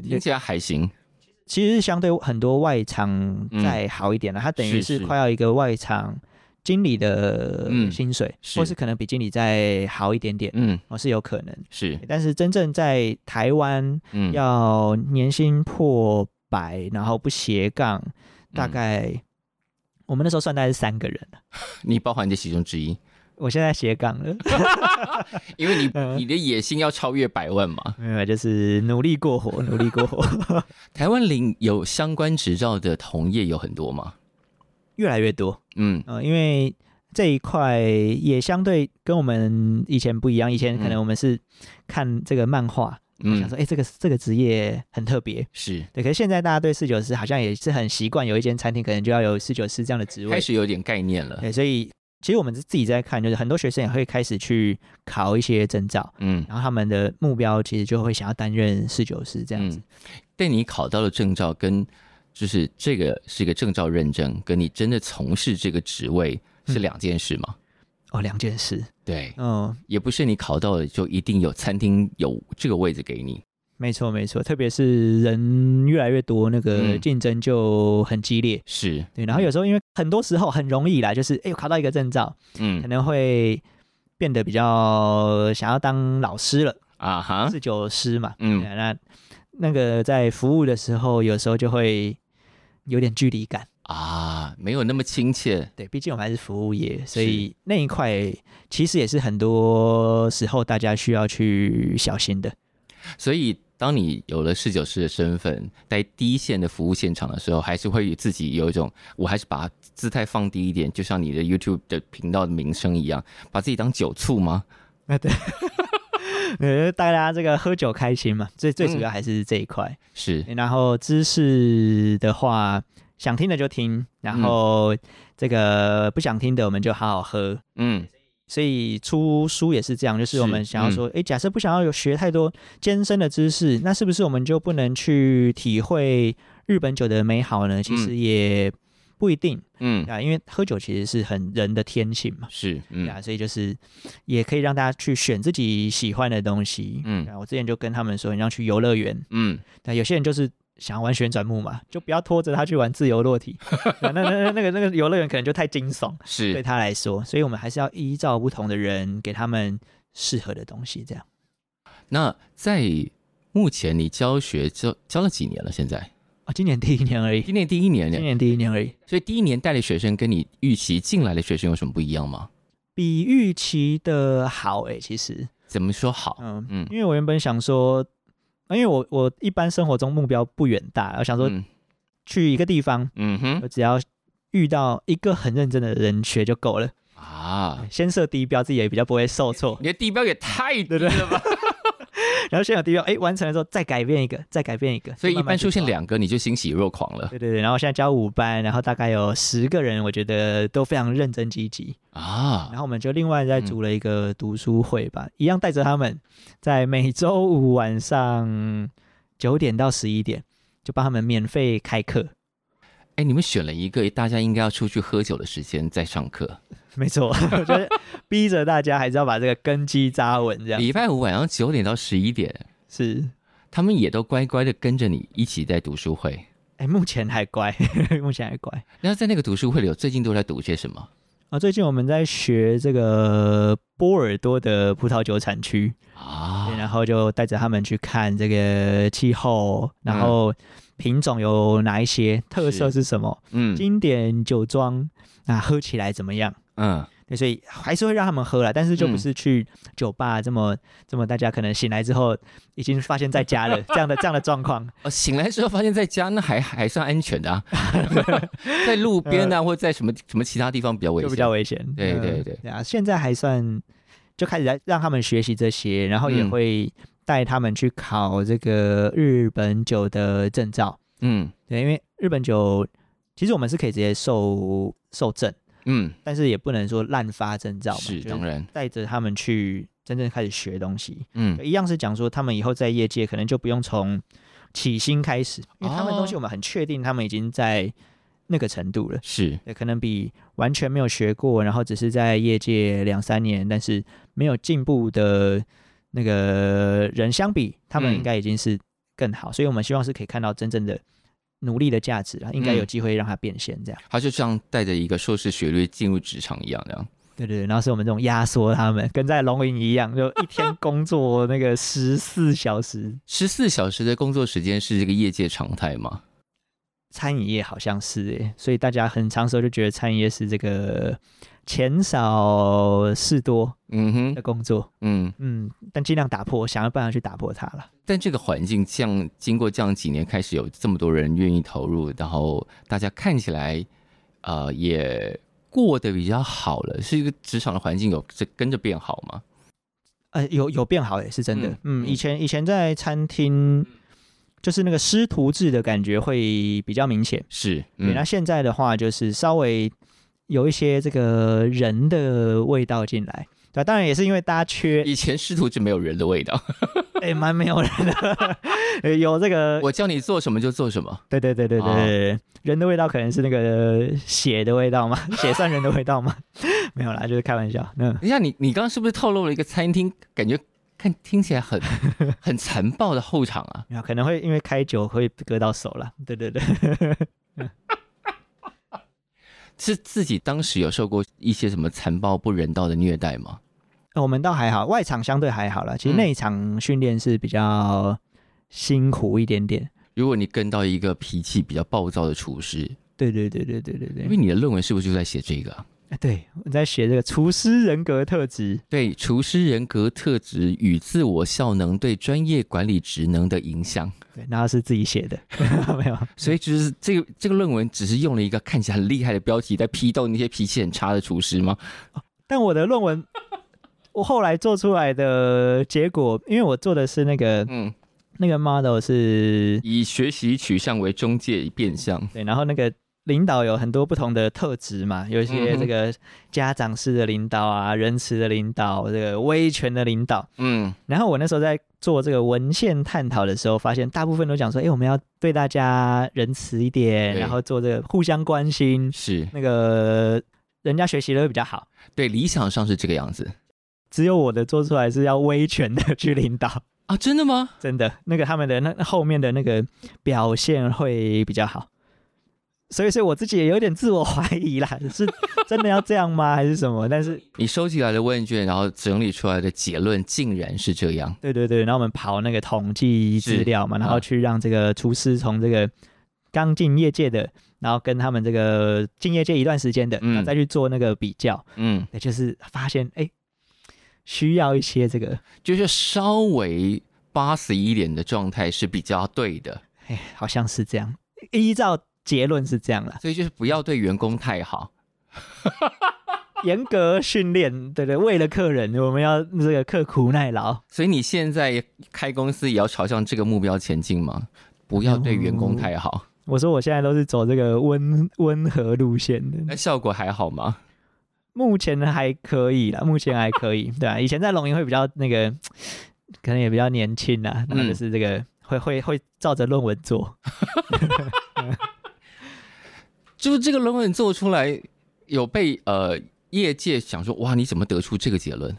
Speaker 1: 嗯听
Speaker 2: 对，
Speaker 1: 起来还行，
Speaker 2: 其实相对很多外场
Speaker 1: 嗯
Speaker 2: 再好一点了，它等于
Speaker 1: 是
Speaker 2: 是
Speaker 1: 是
Speaker 2: 快要一个外场经理的
Speaker 1: 嗯
Speaker 2: 薪水，
Speaker 1: 是
Speaker 2: 或是可能比经理再好一点点，
Speaker 1: 嗯
Speaker 2: 哦是有可能。
Speaker 1: 是
Speaker 2: 但是真正在台湾
Speaker 1: 嗯
Speaker 2: 要年薪破百，然后不斜杠，大
Speaker 1: 嗯
Speaker 2: 概、我们那时候算大概是三个人，啊
Speaker 1: 你包含这其中之一，
Speaker 2: 我现在斜 杠了，
Speaker 1: 因为你
Speaker 2: 嗯
Speaker 1: 你的野心要超越百万嘛。
Speaker 2: 没有，就是努力过活，努力过活，
Speaker 1: 台湾领有相关执照的同业有很多吗？
Speaker 2: 越来越多。
Speaker 1: 嗯
Speaker 2: 嗯、因为这一块也相对跟我们以前不一样，以前可能
Speaker 1: 嗯
Speaker 2: 我们是看这个漫画，想
Speaker 1: 嗯，
Speaker 2: 说，哎、这个这个职业很特别。
Speaker 1: 是
Speaker 2: 对，可是现在大家对侍酒师好像也是很习惯，有一间餐厅可能就要有侍酒师这样的职位
Speaker 1: 开。始有点概念了。
Speaker 2: 对，所以其实我们是自己在看，就是很多学生也会开始去考一些证照，
Speaker 1: 嗯
Speaker 2: 然后他们的目标其实就会想要担任侍酒师这样子。
Speaker 1: 嗯，但你考到了证照跟就是这个是一个证照认证，跟你真的从事这个职位
Speaker 2: 嗯
Speaker 1: 是两件事吗？
Speaker 2: 哦，两件事，
Speaker 1: 对，
Speaker 2: 嗯，
Speaker 1: 也不是你考到了就一定有餐厅有这个位置给你。
Speaker 2: 没错没错，特别是人越来越多，那个
Speaker 1: 嗯
Speaker 2: 竞争就很激烈。
Speaker 1: 是，
Speaker 2: 对，然后有时候因为很多时候很容易啦，就是哎，我考到一个证照，可
Speaker 1: 嗯
Speaker 2: 能会变得比较想要当老师了，
Speaker 1: 啊哈，
Speaker 2: 侍酒师嘛。
Speaker 1: 嗯
Speaker 2: 对那那个在服务的时候，有时候就会有点距离感。
Speaker 1: 啊，没有那么亲切。
Speaker 2: 对，毕竟我们还是服务业，所以那一块其实也是很多时候大家需要去小心的。
Speaker 1: 所以，当你有了侍酒师的身份，在第一线的服务现场的时候，还是会自己有一种，我还是把姿态放低一点，就像你的 YouTube 的频道的名声一样，把自己当酒醋吗？
Speaker 2: 呃，大家这个喝酒开心嘛，最最主
Speaker 1: 嗯
Speaker 2: 要还是这一块。
Speaker 1: 是，
Speaker 2: 然后知识的话，想听的就听，然
Speaker 1: 嗯
Speaker 2: 后这个不想听的我们就好好喝。
Speaker 1: 嗯
Speaker 2: 所以出书也是这样，就是
Speaker 1: 是
Speaker 2: 我们想要
Speaker 1: 嗯
Speaker 2: 说，诶，假设不想要有学太多艰深的知识，那是不是我们就不能去体会日本酒的美好呢？其实也不一定。
Speaker 1: 嗯，
Speaker 2: 啊，因为喝酒其实是很人的天性嘛，
Speaker 1: 是，
Speaker 2: 对
Speaker 1: 嗯
Speaker 2: 啊，所以就是也可以让大家去选自己喜欢的东西。
Speaker 1: 嗯
Speaker 2: 对啊，我之前就跟他们说，你要去游乐园，
Speaker 1: 嗯，
Speaker 2: 那有些人就是想要玩旋转木马，就不要拖着他去玩自由 落体，对啊那那那那个那个游乐园可能就太惊悚对
Speaker 1: 是。
Speaker 2: 他来说，所以我们还是要依照不同的人，给他们适合的东西，这样。
Speaker 1: 那在目前你教学教教了几年了？现在
Speaker 2: 啊，今年第一年而已，
Speaker 1: 今年第一年
Speaker 2: 今
Speaker 1: 呢，
Speaker 2: 年第一年而已，
Speaker 1: 所以第一年带的学生跟你预期进来的学生有什么不一样吗？
Speaker 2: 比预期的好诶、其实，
Speaker 1: 怎么说好？
Speaker 2: 嗯，
Speaker 1: 嗯，
Speaker 2: 因为我原本想说，啊因为我我一般生活中目标不远大，我想说
Speaker 1: 嗯
Speaker 2: 去一个地方，
Speaker 1: 嗯
Speaker 2: 我
Speaker 1: 哼
Speaker 2: 只要遇到一个很认真的人学就够了。
Speaker 1: 啊，
Speaker 2: 先设低标，自己也比较不会受挫。
Speaker 1: 你的地标也太低了吧？
Speaker 2: 然后先有低标，哎，完成了之后再改变一个，再改变一个，
Speaker 1: 所以
Speaker 2: 就
Speaker 1: 一
Speaker 2: 慢慢
Speaker 1: 般
Speaker 2: 去
Speaker 1: 出现
Speaker 2: 抓。
Speaker 1: 两个你就欣喜若狂了
Speaker 2: 对对对，然后现在教五班，然后大概有十个人，我觉得都非常认真积极。
Speaker 1: 啊嗯
Speaker 2: 然！后我们就另外再组了一个读书会吧，一样带着他们，在每周五晚上九点到十一点，就帮他们免费开课。
Speaker 1: 哎，你们选了一个大家应该要出去喝酒的时间在上课，
Speaker 2: 没错， 我觉得逼着大家还是要把这个根基扎稳，这样
Speaker 1: 礼拜五晚上九点到十一点，
Speaker 2: 是。
Speaker 1: 他们也都乖乖的跟着你一起在读书会。
Speaker 2: 哎，目前还乖，目前还乖。
Speaker 1: 然后在那个读书会里，有最近都在读些什么？
Speaker 2: 啊，最近我们在学这个波尔多的葡萄酒产区，
Speaker 1: 啊
Speaker 2: 对，然后就带着他们去看这个气候，然
Speaker 1: 嗯
Speaker 2: 后品种有哪一些，特色是什么，
Speaker 1: 嗯
Speaker 2: 经典酒庄啊，喝起来怎么样？
Speaker 1: 嗯，
Speaker 2: 对，所以还是会让他们喝了，但是就不是去酒吧这么、这么，大家可能醒来之后已经发现在家了这样的这样的状况。
Speaker 1: 哦，醒来之后发现在家那还还算安全的、 啊，在路边啊，或者在什么什么其他地方比较危
Speaker 2: 嗯就
Speaker 1: 险，
Speaker 2: 比较危险。
Speaker 1: 对
Speaker 2: 嗯
Speaker 1: 对对
Speaker 2: 对啊！现在还算就开始在让他们学习这些，然后也
Speaker 1: 嗯
Speaker 2: 会带他们去考这个日本酒的证照。
Speaker 1: 嗯
Speaker 2: 对，因为日本酒其实我们是可以直接受受证，
Speaker 1: 嗯，
Speaker 2: 但是也不能说滥发证照嘛。
Speaker 1: 是
Speaker 2: 就是
Speaker 1: 当然，
Speaker 2: 带着他们去真正开始学东西，
Speaker 1: 嗯
Speaker 2: 一样是讲说他们以后在业界可能就不用从起薪开始，因为他们
Speaker 1: 哦
Speaker 2: 东西我们很确定他们已经在那个程度了。
Speaker 1: 是
Speaker 2: 对，可能比完全没有学过，然后只是在业界两三年，但是没有进步的那个人相比，他们
Speaker 1: 嗯
Speaker 2: 应该已经是更好，所以我们希望是可以看到真正的努力的价值啊，应该有
Speaker 1: 嗯
Speaker 2: 机会让它变现这样。
Speaker 1: 他就像带着一个硕士学历进入职场一样，这样
Speaker 2: 对对对，然后是我们这种压缩他们，跟在龙营一样，就一天 工作那个十四小时，
Speaker 1: 十四小时的工作时间是这个业界常态吗？
Speaker 2: 餐饮业好像是诶，所以大家很长时候就觉得餐饮业是这个钱少事多
Speaker 1: 嗯哼，
Speaker 2: 的工作。
Speaker 1: 嗯，
Speaker 2: 嗯，但尽量打破，想要办法去打破它了。
Speaker 1: 但这个环境这样经过这样几年，开始有这么多人愿意投入，然后大家看起来，呃，也过得比较好了，是一个职场的环境有这跟着变好吗？
Speaker 2: 呃，有有变好也是真的。
Speaker 1: 嗯
Speaker 2: 嗯，
Speaker 1: 嗯
Speaker 2: 以前以前在餐厅，就是那个师徒制的感觉会比较明显。
Speaker 1: 是，
Speaker 2: 对，
Speaker 1: 嗯
Speaker 2: 那现在的话就是稍微有一些这个人的味道进来，对吧、当然也是因为大家缺，
Speaker 1: 以前师徒制没有人的味道，
Speaker 2: 哎、蛮没有人的， 呃有这个，
Speaker 1: 我叫你做什么就做什么。
Speaker 2: 对对对对对
Speaker 1: 哦
Speaker 2: 对，人的味道可能是那个血的味道吗？ 血算人的味道吗？ 没有啦，就是开玩笑。嗯，
Speaker 1: 等一下，哎你你刚刚是不是透露了一个餐厅？感觉看听起来 很很残暴的后场啊！
Speaker 2: 没有，可能会因为开酒会割到手了。对对对，
Speaker 1: 是自己当时有受过一些什么残暴不人道的虐待吗？
Speaker 2: 呃我们倒还好，外场相对还好了。其实
Speaker 1: 嗯
Speaker 2: 内场训练是比较辛苦一点点。
Speaker 1: 如果你跟到一个脾气比较暴躁的厨师，
Speaker 2: 对对对对对对对，
Speaker 1: 因为你的论文是不是就在写这个啊、
Speaker 2: 呃对我在学这个厨师人格特质。
Speaker 1: 对，厨师人格特质与自我效能对专业管理职能的影响。
Speaker 2: 对，然后是自己写的， 没有。
Speaker 1: 所以，只是这个这个论文只是用了一个看起来很厉害的标题，在批斗那些脾气很差的厨师吗？
Speaker 2: 但我的论文，我后来做出来的结果，因为我做的是那个
Speaker 1: 嗯，
Speaker 2: 那个 model 是
Speaker 1: 以学习取向为中介变相。
Speaker 2: 对，然后那个领导有很多不同的特质嘛，有一些
Speaker 1: 嗯哼
Speaker 2: 这个家长式的领导啊，仁慈的领导，这个威权的领导。
Speaker 1: 嗯，
Speaker 2: 然后我那时候在做这个文献探讨的时候，发现大部分都讲说，哎，我们要对大家仁慈一点，
Speaker 1: 对
Speaker 2: 然后做这个互相关心，
Speaker 1: 是
Speaker 2: 那个人家学习的会比较好。
Speaker 1: 对，理想上是这个样子
Speaker 2: 只有我的做出来是要威权的去领导，
Speaker 1: 啊？真的吗？
Speaker 2: 真的，那个他们的那那后面的那个表现会比较好。所以，所以我自己也有点自我怀疑啦， 是真的要这样吗，还是什么？但是，
Speaker 1: 你收集来的问卷，然后整理出来的结论竟然是这样。
Speaker 2: 对对对，然后我们跑那个统计资料嘛，
Speaker 1: 是
Speaker 2: 然后去让这个厨师从这个刚进业界的，然后跟他们这个进业界一段时间的，
Speaker 1: 嗯
Speaker 2: 然后再去做那个比较，
Speaker 1: 嗯，
Speaker 2: 也就是发现哎，需要一些这个，
Speaker 1: 就是稍微八十一点的状态是比较对的，
Speaker 2: 哎，好像是这样，依照结论是这样啦，
Speaker 1: 所以就是不要对员工太好。
Speaker 2: 严格训练，对对，为了客人，我们要这个刻苦耐劳，
Speaker 1: 所以你现在开公司也要朝向这个目标前进吗？不要对员工太好，
Speaker 2: 我说我现在都是走这个温温和路线的，
Speaker 1: 那效果还好吗？
Speaker 2: 目前还可以啦，目前还 可以，对啊，以前在龙吟会比较那个，可能也比较年轻啦，然后
Speaker 1: 嗯
Speaker 2: 就是这个、会会会照着论文做，
Speaker 1: 就是这个论文做出来，有被呃业界想说，哇，你怎么得出这个结论？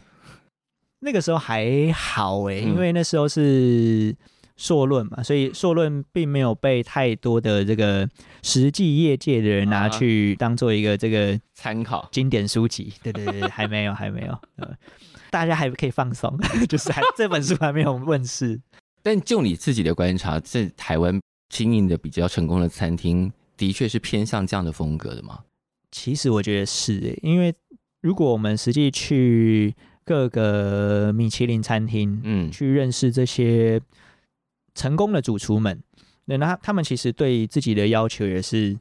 Speaker 2: 那个时候还好诶、
Speaker 1: 嗯
Speaker 2: 因为那时候是硕论嘛，所以硕论并没有被太多的这个实际业界的人拿
Speaker 1: 啊
Speaker 2: 去当做一个这个
Speaker 1: 参考。
Speaker 2: 经典书籍。对对对，还没有，还没有。呃，大家还可以放松， 就是还这本书还没有问世。
Speaker 1: 但就你自己的观察，在台湾经营的比较成功的餐厅，的确是偏向这样的风格的吗？
Speaker 2: 其实我觉得是耶，因为如果我们实际去各个米其林餐厅，
Speaker 1: 嗯，
Speaker 2: 去认识这些成功的主厨们，那他他们其实对自己的要求也是，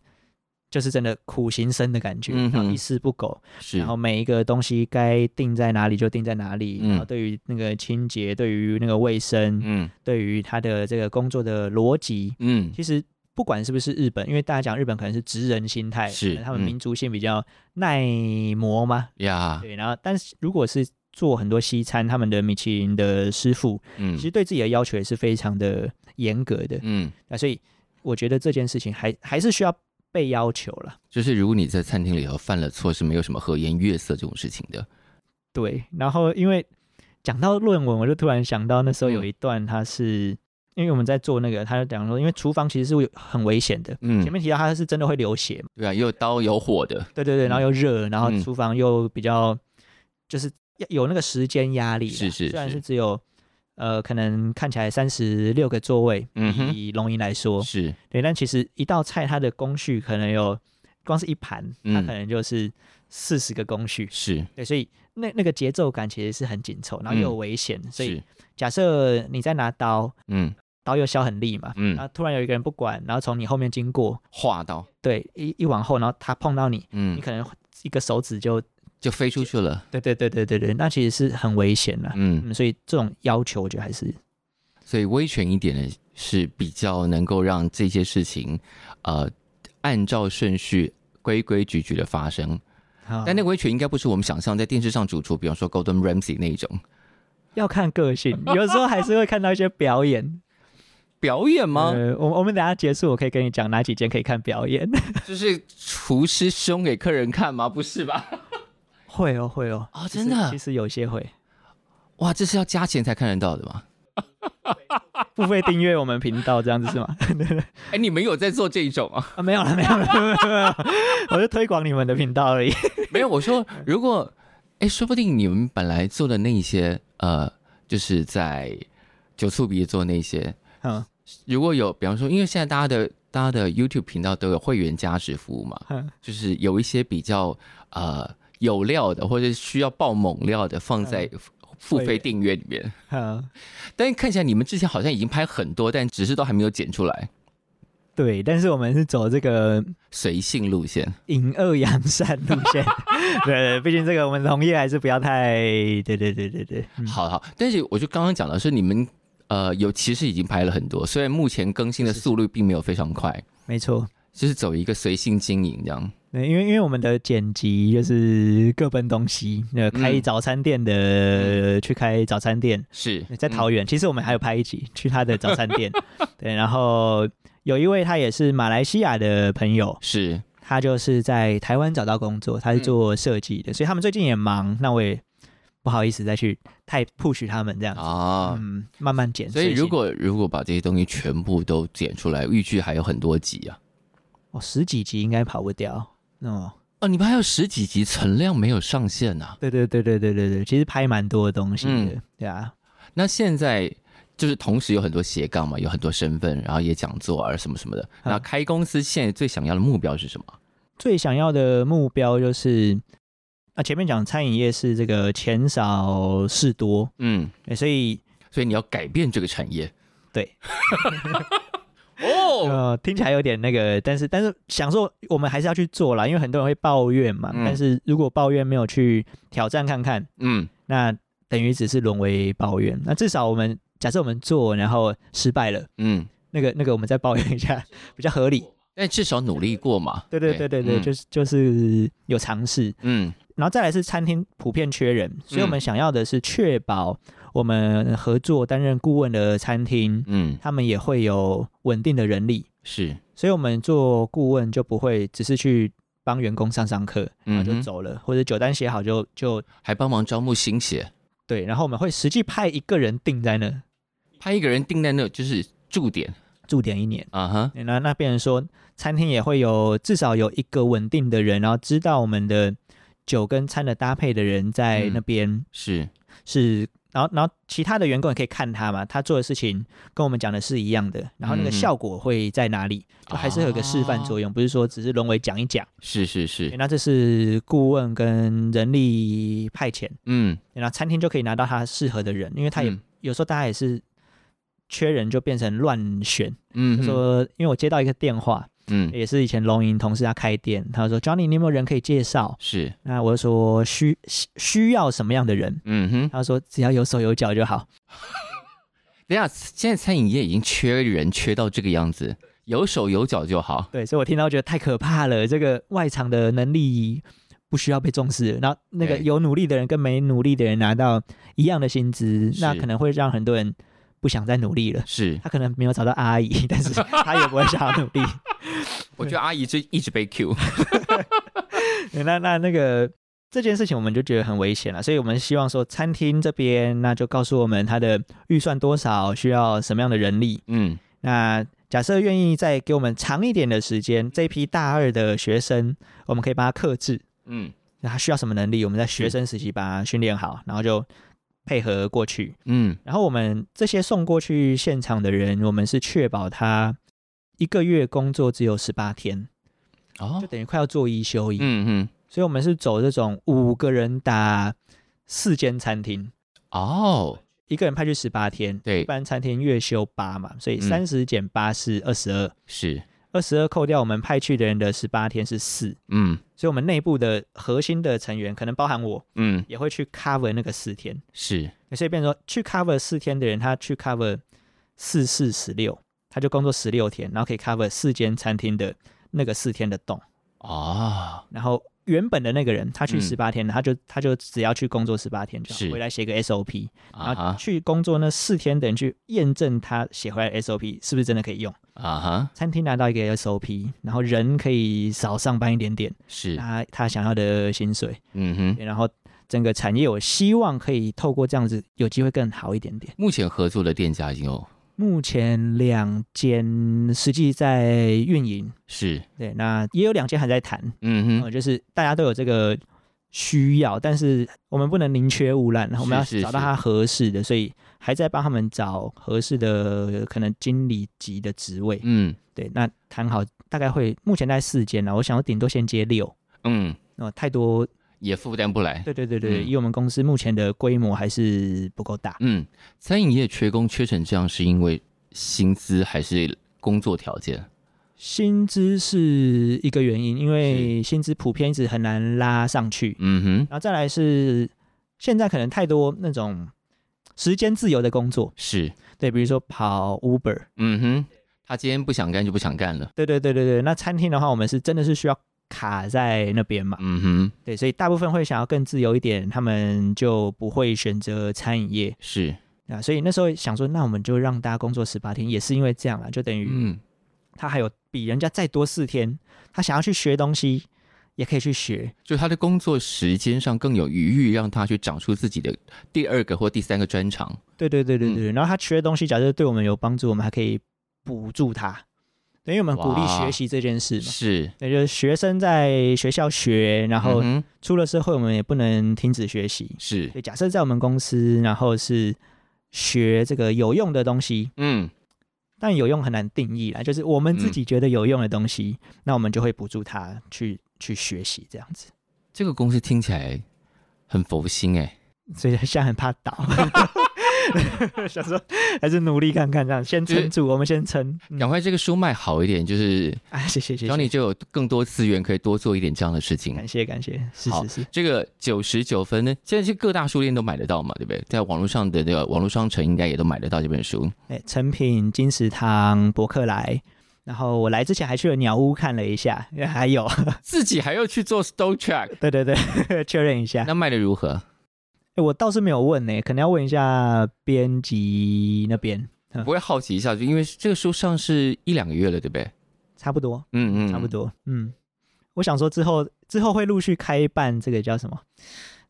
Speaker 2: 就是真的苦行僧的感觉，
Speaker 1: 嗯哼
Speaker 2: 然后一丝不苟，
Speaker 1: 是
Speaker 2: 然后每一个东西该定在哪里就定在哪里，
Speaker 1: 嗯
Speaker 2: 然后对于那个清洁，对于那个卫生，
Speaker 1: 嗯
Speaker 2: 对于他的这个工作的逻辑，
Speaker 1: 嗯
Speaker 2: 其实不管是不是日本，因为大家讲日本可能是职人心态，
Speaker 1: 是
Speaker 2: 他们
Speaker 1: 嗯
Speaker 2: 民族性比较耐磨嘛，
Speaker 1: 呀，
Speaker 2: 对，然后但是如果是做很多西餐，他们的米其林的师傅，
Speaker 1: 嗯
Speaker 2: 其实对自己的要求也是非常的严格的，
Speaker 1: 嗯，
Speaker 2: 那所以我觉得这件事情还还是需要被要求了。
Speaker 1: 就是如果你在餐厅里头犯了错，是没有什么和颜悦色这种事情的。
Speaker 2: 对，然后因为讲到论文，我就突然想到那时候有
Speaker 1: 嗯
Speaker 2: 一段，他是、因为我们在做那个，他就讲说，因为厨房其实是有很危险的。前
Speaker 1: 嗯，
Speaker 2: 面提到他是真的会流血嘛？
Speaker 1: 对啊，有刀有火的，
Speaker 2: 对对对，
Speaker 1: 嗯
Speaker 2: 然后又热，然后
Speaker 1: 嗯
Speaker 2: 厨房又比较就是要有那个时间压力啦，
Speaker 1: 是是
Speaker 2: 虽然
Speaker 1: 是
Speaker 2: 是只有呃可能看起来三十六个座位，
Speaker 1: 嗯哼
Speaker 2: 以龙吟来说，
Speaker 1: 是
Speaker 2: 对，但其实一道菜它的工序可能有，光是一盘，它
Speaker 1: 嗯
Speaker 2: 可能就是四十个工序，
Speaker 1: 是
Speaker 2: 对，所以那那个节奏感其实是很紧凑，然后又有危险，所以
Speaker 1: 嗯是，
Speaker 2: 假设你在拿刀，
Speaker 1: 嗯
Speaker 2: 刀又削很利嘛，然
Speaker 1: 嗯，
Speaker 2: 后突然有一个人不管，然后从你后面经过，
Speaker 1: 划刀，
Speaker 2: 对，一一往后，然后他碰到你，你
Speaker 1: 嗯，
Speaker 2: 可能一个手指就，
Speaker 1: 就飞出去了，
Speaker 2: 对对对对对对，那其实是很危险的，
Speaker 1: 嗯。
Speaker 2: 嗯，所以这种要求我觉得还是
Speaker 1: 所以威权一点呢，是比较能够让这些事情，呃，按照顺序规规矩矩的发生。
Speaker 2: 啊，
Speaker 1: 但那个威权应该不是我们想象在电视上主厨，比方说 Golden Ramsy 那一种
Speaker 2: 要看个 性，有时候还是会看到一些表演，
Speaker 1: 表演吗？
Speaker 2: 呃，我我们等一下结束，我可以跟你讲哪几间可以看表演。
Speaker 1: 就是厨师凶给客人看吗？不是吧？
Speaker 2: 会 哦，会哦，
Speaker 1: 哦，
Speaker 2: 其实
Speaker 1: 真的
Speaker 2: 其实有些会。
Speaker 1: 哇，这是要加钱才看得到的吗？
Speaker 2: 付费订阅我们频道这样子是吗？
Speaker 1: 哎，你们有在做这一种啊？
Speaker 2: 啊，没有了，没有了，没有了，没有了， 我就推广你们的频道而已。
Speaker 1: 没有，我说如果，哎，说不定你们本来做的那一些，呃，就是在酒醋鼻做那些，
Speaker 2: 嗯
Speaker 1: 如果有，比方说，因为现在大家的大家的 YouTube 频道都有会员加值服务嘛，
Speaker 2: 嗯
Speaker 1: 就是有一些比较呃有料的，或者需要爆猛料的，放在付付
Speaker 2: 会
Speaker 1: 费
Speaker 2: 员
Speaker 1: 订阅里面。
Speaker 2: 嗯，
Speaker 1: 但是看起来你们之前好像已经拍很多，但只是都还没有剪出来，
Speaker 2: 对，但是我们是走这个
Speaker 1: 随性路线。
Speaker 2: 隐恶扬善路 线。对对，毕竟这个我们同业还是不要太……对对对对对，嗯
Speaker 1: 好好，但是我就刚刚讲的是你们。呃，有其实已经拍了很多，虽然目前更新的
Speaker 2: 是是
Speaker 1: 速率并没有非常快，
Speaker 2: 没错。
Speaker 1: 就是走一个随性经营这样。
Speaker 2: 对，因为因为我们的剪辑就是各奔东西，呃，开
Speaker 1: 嗯
Speaker 2: 早餐店的去开早餐店，
Speaker 1: 是嗯
Speaker 2: 在桃园，其实我们还有拍一集去他的早餐 店，对，然后有一位他也是马来西亚的朋友
Speaker 1: 嗯，是
Speaker 2: 他就是在台湾找到工作，他是做设计的，所以他们最近也忙，那我也不好意思再去太 push 他们这样子，
Speaker 1: 啊，
Speaker 2: 嗯，慢慢减。
Speaker 1: 所以
Speaker 2: 随性
Speaker 1: 如果如果把这些东西全部都剪出来，预计还有很多集啊。
Speaker 2: 哦十几集应该跑不掉，哦，
Speaker 1: 哦，你们还有十几集存量没有上线啊呐、
Speaker 2: 对对对对对对对，其实拍蛮多东西的，
Speaker 1: 嗯
Speaker 2: 对啊，
Speaker 1: 那现在就是同时有很多斜杠嘛，有很多身份，然后也讲座啊什么什么的。
Speaker 2: 嗯
Speaker 1: 那开公司现在最想要的目标是什么？
Speaker 2: 最想要的目标就是。啊，前面讲餐饮业是这个钱少事多，
Speaker 1: 嗯，
Speaker 2: 对所以
Speaker 1: 所以你要改变这个产业。
Speaker 2: 对，
Speaker 1: 哦，
Speaker 2: 呃，听起来有点那个，但是但是想说我们还是要去做啦，因为很多人会抱怨嘛。
Speaker 1: 嗯
Speaker 2: 但是如果抱怨没有去挑战看看，
Speaker 1: 嗯
Speaker 2: 那等于只是沦为抱怨。那至少我们假设我们做然后失败了，
Speaker 1: 嗯，
Speaker 2: 那个那个我们再抱怨一下 比较合理。
Speaker 1: 但至少努力过嘛。
Speaker 2: 对对对对对，
Speaker 1: 嗯
Speaker 2: 就是就是有尝试，
Speaker 1: 嗯
Speaker 2: 然后再来是餐厅普遍缺人，所以我们想要的是确保我们合作担任顾问的餐厅，
Speaker 1: 嗯
Speaker 2: 他们也会有稳定的人力。
Speaker 1: 是
Speaker 2: 所以我们做顾问就不会只是去帮员工上上课，然后
Speaker 1: 嗯
Speaker 2: 就
Speaker 1: 哼
Speaker 2: 走了，或者酒单写好就就
Speaker 1: 还帮忙招募新血。
Speaker 2: 对，然后我们会实际派一个人定在那，
Speaker 1: 他一个人定在那就是驻点
Speaker 2: 驻点一年。
Speaker 1: 啊哈，
Speaker 2: 那那变成说，餐厅也会有至少有一个稳定的人，然后知道我们的酒跟餐的搭配的人在
Speaker 1: 嗯
Speaker 2: 那边。
Speaker 1: 是
Speaker 2: 是，然后然后其他的员工也可以看他嘛，他做的事情跟我们讲的是一样的，然后
Speaker 1: 嗯
Speaker 2: 那
Speaker 1: 哦
Speaker 2: 个
Speaker 1: 嗯
Speaker 2: 效果会在哪里，就还是会有个示范作用，不是说只是沦为讲一讲。
Speaker 1: 是是
Speaker 2: 对
Speaker 1: 是，
Speaker 2: 那这是顾问跟人力派遣，
Speaker 1: 嗯，
Speaker 2: 对然后餐厅就可以拿到他适合的人，因为他也、
Speaker 1: 嗯
Speaker 2: 有时候大家也是缺人就变成乱选，
Speaker 1: 嗯
Speaker 2: 就
Speaker 1: 哼
Speaker 2: 说因为我接到一个电话，
Speaker 1: 嗯
Speaker 2: 也是以前龙吟同事他开店，他说 Johnny 你有没有人可以介绍？
Speaker 1: 是
Speaker 2: 那我就说需需需要什么样的人？
Speaker 1: 嗯哼，
Speaker 2: 他说只要有手有脚就好。
Speaker 1: 等一下现在餐饮业已经缺人缺到这个样子，有手有脚就好，
Speaker 2: 对，所以我听到觉得太可怕了，这个外场的能力不需要被重视。然后那个
Speaker 1: 对
Speaker 2: 有努力的人跟没努力的人拿到一样的薪资，那
Speaker 1: 是
Speaker 2: 可能会让很多人不想再努力了。
Speaker 1: 是，
Speaker 2: 他可能没有找到阿姨，但是 他也不会想要努力。
Speaker 1: 我觉得阿姨就一直被 Q，
Speaker 2: 对那那那个这件事情，我们就觉得很危险了，所以我们希望说，餐厅这边那就告诉我们他的预算多少，需要什么样的人力。
Speaker 1: 嗯
Speaker 2: 那假设愿意再给我们长一点的时间，这批大二的学生，我们可以帮他克制。
Speaker 1: 嗯
Speaker 2: 那他需要什么能力，我们在学生时期把他训练好，然后就配合过去。
Speaker 1: 嗯
Speaker 2: 然后我们这些送过去现场的人，我们是确保他一个月工作只有十八天，
Speaker 1: 哦
Speaker 2: 就等于快要做一休一。
Speaker 1: 嗯嗯
Speaker 2: 所以我们是走这种五个人打四间餐厅，
Speaker 1: 哦
Speaker 2: 一个人派去十八天，一
Speaker 1: 对
Speaker 2: 般餐厅月休八嘛，所以
Speaker 1: 嗯
Speaker 2: 三十减八是二十二，
Speaker 1: 是
Speaker 2: 二十二扣掉我们派去的人的十八天是四。
Speaker 1: 嗯
Speaker 2: 所以，我们内部的核心的成员，可能包含我，
Speaker 1: 嗯
Speaker 2: 也会去 cover 那个四天。
Speaker 1: 是
Speaker 2: 所以变成说，去 cover 四天的人，他去 cover 四四十六，他就工作十六天，然后可以 cover 四间餐厅的那个四天的洞。
Speaker 1: 哦
Speaker 2: 然后原本的那个人，他去
Speaker 1: 嗯
Speaker 2: 十八天，他就他就只要去工作十八天就好
Speaker 1: 是，
Speaker 2: 回来写个 SOP，
Speaker 1: 啊
Speaker 2: 然后
Speaker 1: 哈
Speaker 2: 去工作那四天的人去验证他写回来的 SOP 是不是真的可以用。
Speaker 1: 啊哈
Speaker 2: 餐厅拿到一个 SOP，然后人可以少上班一点点，
Speaker 1: 是
Speaker 2: 他他想要的薪水，
Speaker 1: 嗯哼。
Speaker 2: 然后整个产业我希望可以透过这样子有机会更好一点点。
Speaker 1: 目前合作的店家已经有
Speaker 2: 目前两间实际在运营，
Speaker 1: 是，
Speaker 2: 对，那也有两间还在谈，
Speaker 1: 嗯
Speaker 2: 呃
Speaker 1: 哼，
Speaker 2: 就是大家都有这个需要，但是我们不能宁缺毋滥，我们要
Speaker 1: 是是
Speaker 2: 找到它合适的，所以还在帮他们找合适的可能经理级的职位。
Speaker 1: 嗯
Speaker 2: 对，那谈好大概会目前大概四间了，我想我顶多先接六。
Speaker 1: 嗯，
Speaker 2: 哦，太多，
Speaker 1: 也负担不来。
Speaker 2: 对对对对，
Speaker 1: 嗯
Speaker 2: 以我们公司目前的规模还是不够大。
Speaker 1: 嗯，餐饮业缺工缺成这样，是因为薪资还是工作条件？
Speaker 2: 薪资是一个原因，因为薪资普遍一直很难拉上去。
Speaker 1: 嗯哼，
Speaker 2: 然后再来是现在可能太多那种时间自由的工作，
Speaker 1: 是，
Speaker 2: 对，比如说跑 Uber，
Speaker 1: 嗯哼，他今天不想干就不想干了。
Speaker 2: 对对对对对。那餐厅的话，我们是真的是需要卡在那边嘛，
Speaker 1: 嗯哼，
Speaker 2: 对，所以大部分会想要更自由一点，他们就不会选择餐饮业
Speaker 1: 是，
Speaker 2: 啊。所以那时候想说，那我们就让大家工作十八天，也是因为这样啊，就等于
Speaker 1: 嗯，
Speaker 2: 他还有比人家再多四天，他想要去学东西也可以去学。
Speaker 1: 就他的工作时间上更有余裕，让他去长出自己的第二个或第三个专长。
Speaker 2: 对对对对
Speaker 1: 嗯
Speaker 2: 对，然后他缺的东西，假设对我们有帮助，我们还可以补助他，等于我们鼓励
Speaker 1: 哇
Speaker 2: 学习这件事嘛。
Speaker 1: 是，
Speaker 2: 那就是学生在学校学，然后
Speaker 1: 嗯哼
Speaker 2: 出了社会，我们也不能停止学习。
Speaker 1: 是，
Speaker 2: 所以假设在我们公司，然后是学这个有用的东西，
Speaker 1: 嗯，
Speaker 2: 但有用很难定义啦，就是我们自己觉得有用的东西，那我们就会补助他去去学习这样子。
Speaker 1: 这个公司听起来很佛心哎、
Speaker 2: 所以现在很怕倒， 想说还是努力看看，这样先撑住，我们先撑。嗯
Speaker 1: 赶快这个书卖好一点，就是
Speaker 2: 啊，谢谢谢
Speaker 1: 然后
Speaker 2: 谢，
Speaker 1: 你就有更多资源可以多做一点这样的事情
Speaker 2: 感。谢感谢，是
Speaker 1: 好
Speaker 2: 是是，
Speaker 1: 这个九十九分呢，现在去各大书店都买得到嘛，对不对？在网络上的那个网络商城应该也都买得到这本书。
Speaker 2: 哎，成品、金石堂、博客来。然后我来之前还去了鸟屋看了一下，还有，
Speaker 1: 自己还要去做 store track，
Speaker 2: 对对对， 确认一下。
Speaker 1: 那卖的如何？
Speaker 2: 哎，我倒是没有问呢、可能要问一下编辑那边，嗯
Speaker 1: 不会好奇一下，就因为这个书上市一两个月了，对不对？
Speaker 2: 差不多，
Speaker 1: 嗯嗯，
Speaker 2: 差不。多，嗯。我想说之后之后会陆续开办这个叫什么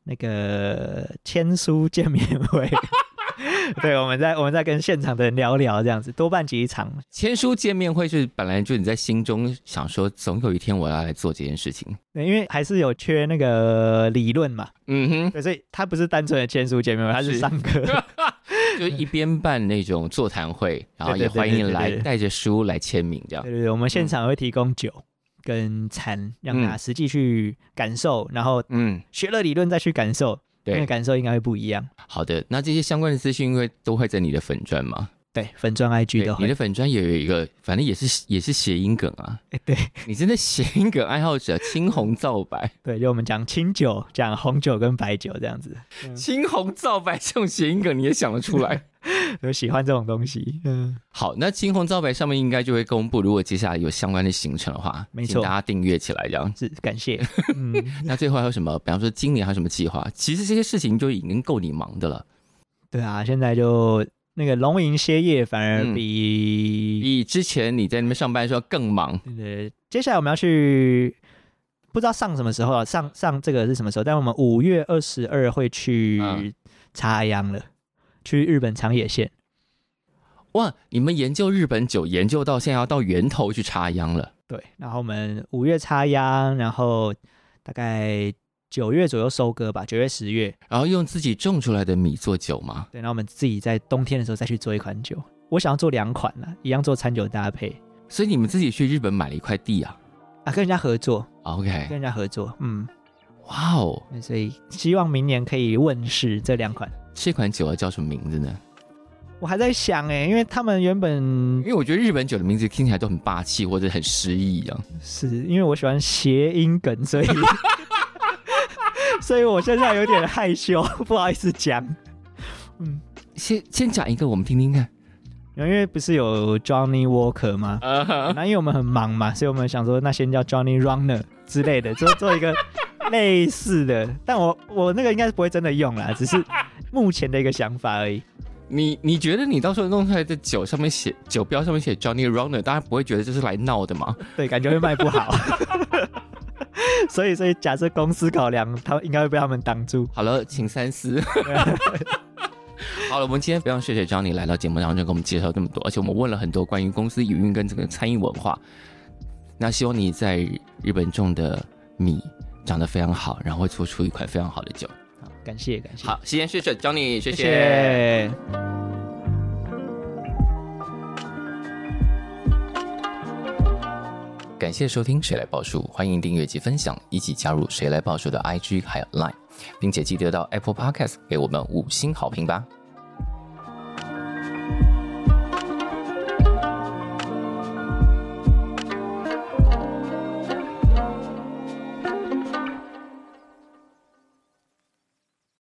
Speaker 2: 那个签书见面会， 对，我们在我们在跟现场的人聊聊这样子，多办几场。
Speaker 1: 签书见面会是本来就你在心中想说，总有一天我要来做这件事情。
Speaker 2: 对因为还是有缺那个理论嘛，
Speaker 1: 嗯
Speaker 2: 对，所以他不是单纯的签书见面会，他是
Speaker 1: 是
Speaker 2: 上课。
Speaker 1: 哼，就一边办那种座谈会，然后也欢迎你
Speaker 2: 对对对对
Speaker 1: 来
Speaker 2: 对对
Speaker 1: 带着书来签名，这样
Speaker 2: 对对对，我们现场会提供酒跟餐，让大家实际去感受，然后
Speaker 1: 嗯。
Speaker 2: 学了理论再去感受，那个
Speaker 1: 对，
Speaker 2: 感受应该会不一样。
Speaker 1: 好的，那这些相关的资讯，因为都会在你的粉专嘛，
Speaker 2: 对，粉砖 IG
Speaker 1: 对
Speaker 2: 的，
Speaker 1: 你
Speaker 2: 会，
Speaker 1: 的粉专也有一个，反正也是也是谐音梗啊，
Speaker 2: 哎对
Speaker 1: 你真的谐音梗爱好者，青红皂白，
Speaker 2: 对，就我们讲清酒、讲红酒跟白酒这样子，
Speaker 1: 青红皂白这种谐音梗你也想得出来，
Speaker 2: 就喜欢这种东西。嗯，
Speaker 1: 好，那青红皂白上面应该就会公布，如果接下来有相关的行程的话，
Speaker 2: 没错
Speaker 1: 请大家订阅起来这样。
Speaker 2: 是感 谢。嗯，
Speaker 1: 那最后还有什么？比方说今年还有什么计划？其实这些事情就已经够你忙的了，
Speaker 2: 对啊，现在就那个龙吟歇业反而
Speaker 1: 嗯
Speaker 2: 比、
Speaker 1: 比之前你在那边上班的时候更忙。
Speaker 2: 呃，接下来我们要去。不知道上什么时候啊？上上这个是什么时候？但我们五月二十二会去
Speaker 1: 嗯
Speaker 2: 插秧了，去日本长野县。
Speaker 1: 哇，你们研究日本酒，研究到现在要到源头去插秧了。
Speaker 2: 对，然后我们五月插秧，然后大概九月左右收割吧，九月十月。
Speaker 1: 然后用自己种出来的米做酒吗？
Speaker 2: 对，然后我们自己在冬天的时候再去做一款酒。我想要做两款呢、一样做餐酒搭配
Speaker 1: 所以你们自己去日本买了一块地啊
Speaker 2: 啊，跟人家合作，跟
Speaker 1: ？OK，
Speaker 2: 人家合作，嗯，
Speaker 1: 哇哦，
Speaker 2: 那所以希望明年可以问世这两款。
Speaker 1: 这款酒要叫什么名字呢？
Speaker 2: 我还在想哎、因为他们原本
Speaker 1: 因为我觉得日本酒的名字听起来都很霸气或者很诗意一样。
Speaker 2: 是因为我喜欢谐音梗，所以 所以我现在有点害羞，不好意思讲。
Speaker 1: 先先讲一个，我们听听看。
Speaker 2: 因为不是有 Johnny Walker 吗？
Speaker 1: 啊
Speaker 2: 那因为我们很忙嘛，所以我们想说，那先叫 Johnny Runner 之类的，做做 一个类似的。但我我那个应该是不会真的用啦，只是目前的一个想法而已。
Speaker 1: 你你觉得你到时候弄出来的酒上面写酒标上面写 Johnny Runner，大家不会觉得这是来闹的吗？
Speaker 2: 对，感觉会卖 不好。所以，所以假设公司考量，他应该会被他们挡住。
Speaker 1: 好了，请三思。好了，我们今天非常谢谢 Johnny 来到节目当中，给我们介绍这么多，而且我们问了很多关于公司营运跟这个餐饮文化。那希望你在日本种的米长得非常好，然后会做出一款非常好的酒。
Speaker 2: 好感谢，感谢，
Speaker 1: 好，时间谢谢 Johnny，谢
Speaker 2: 谢
Speaker 1: 谢。
Speaker 2: 谢。
Speaker 1: 感谢收听《谁来报数》，欢迎订阅及分享，一起加入《谁来报数》的 IG 还有 Line，并且记得到 Apple Podcast 给我们五星好评吧。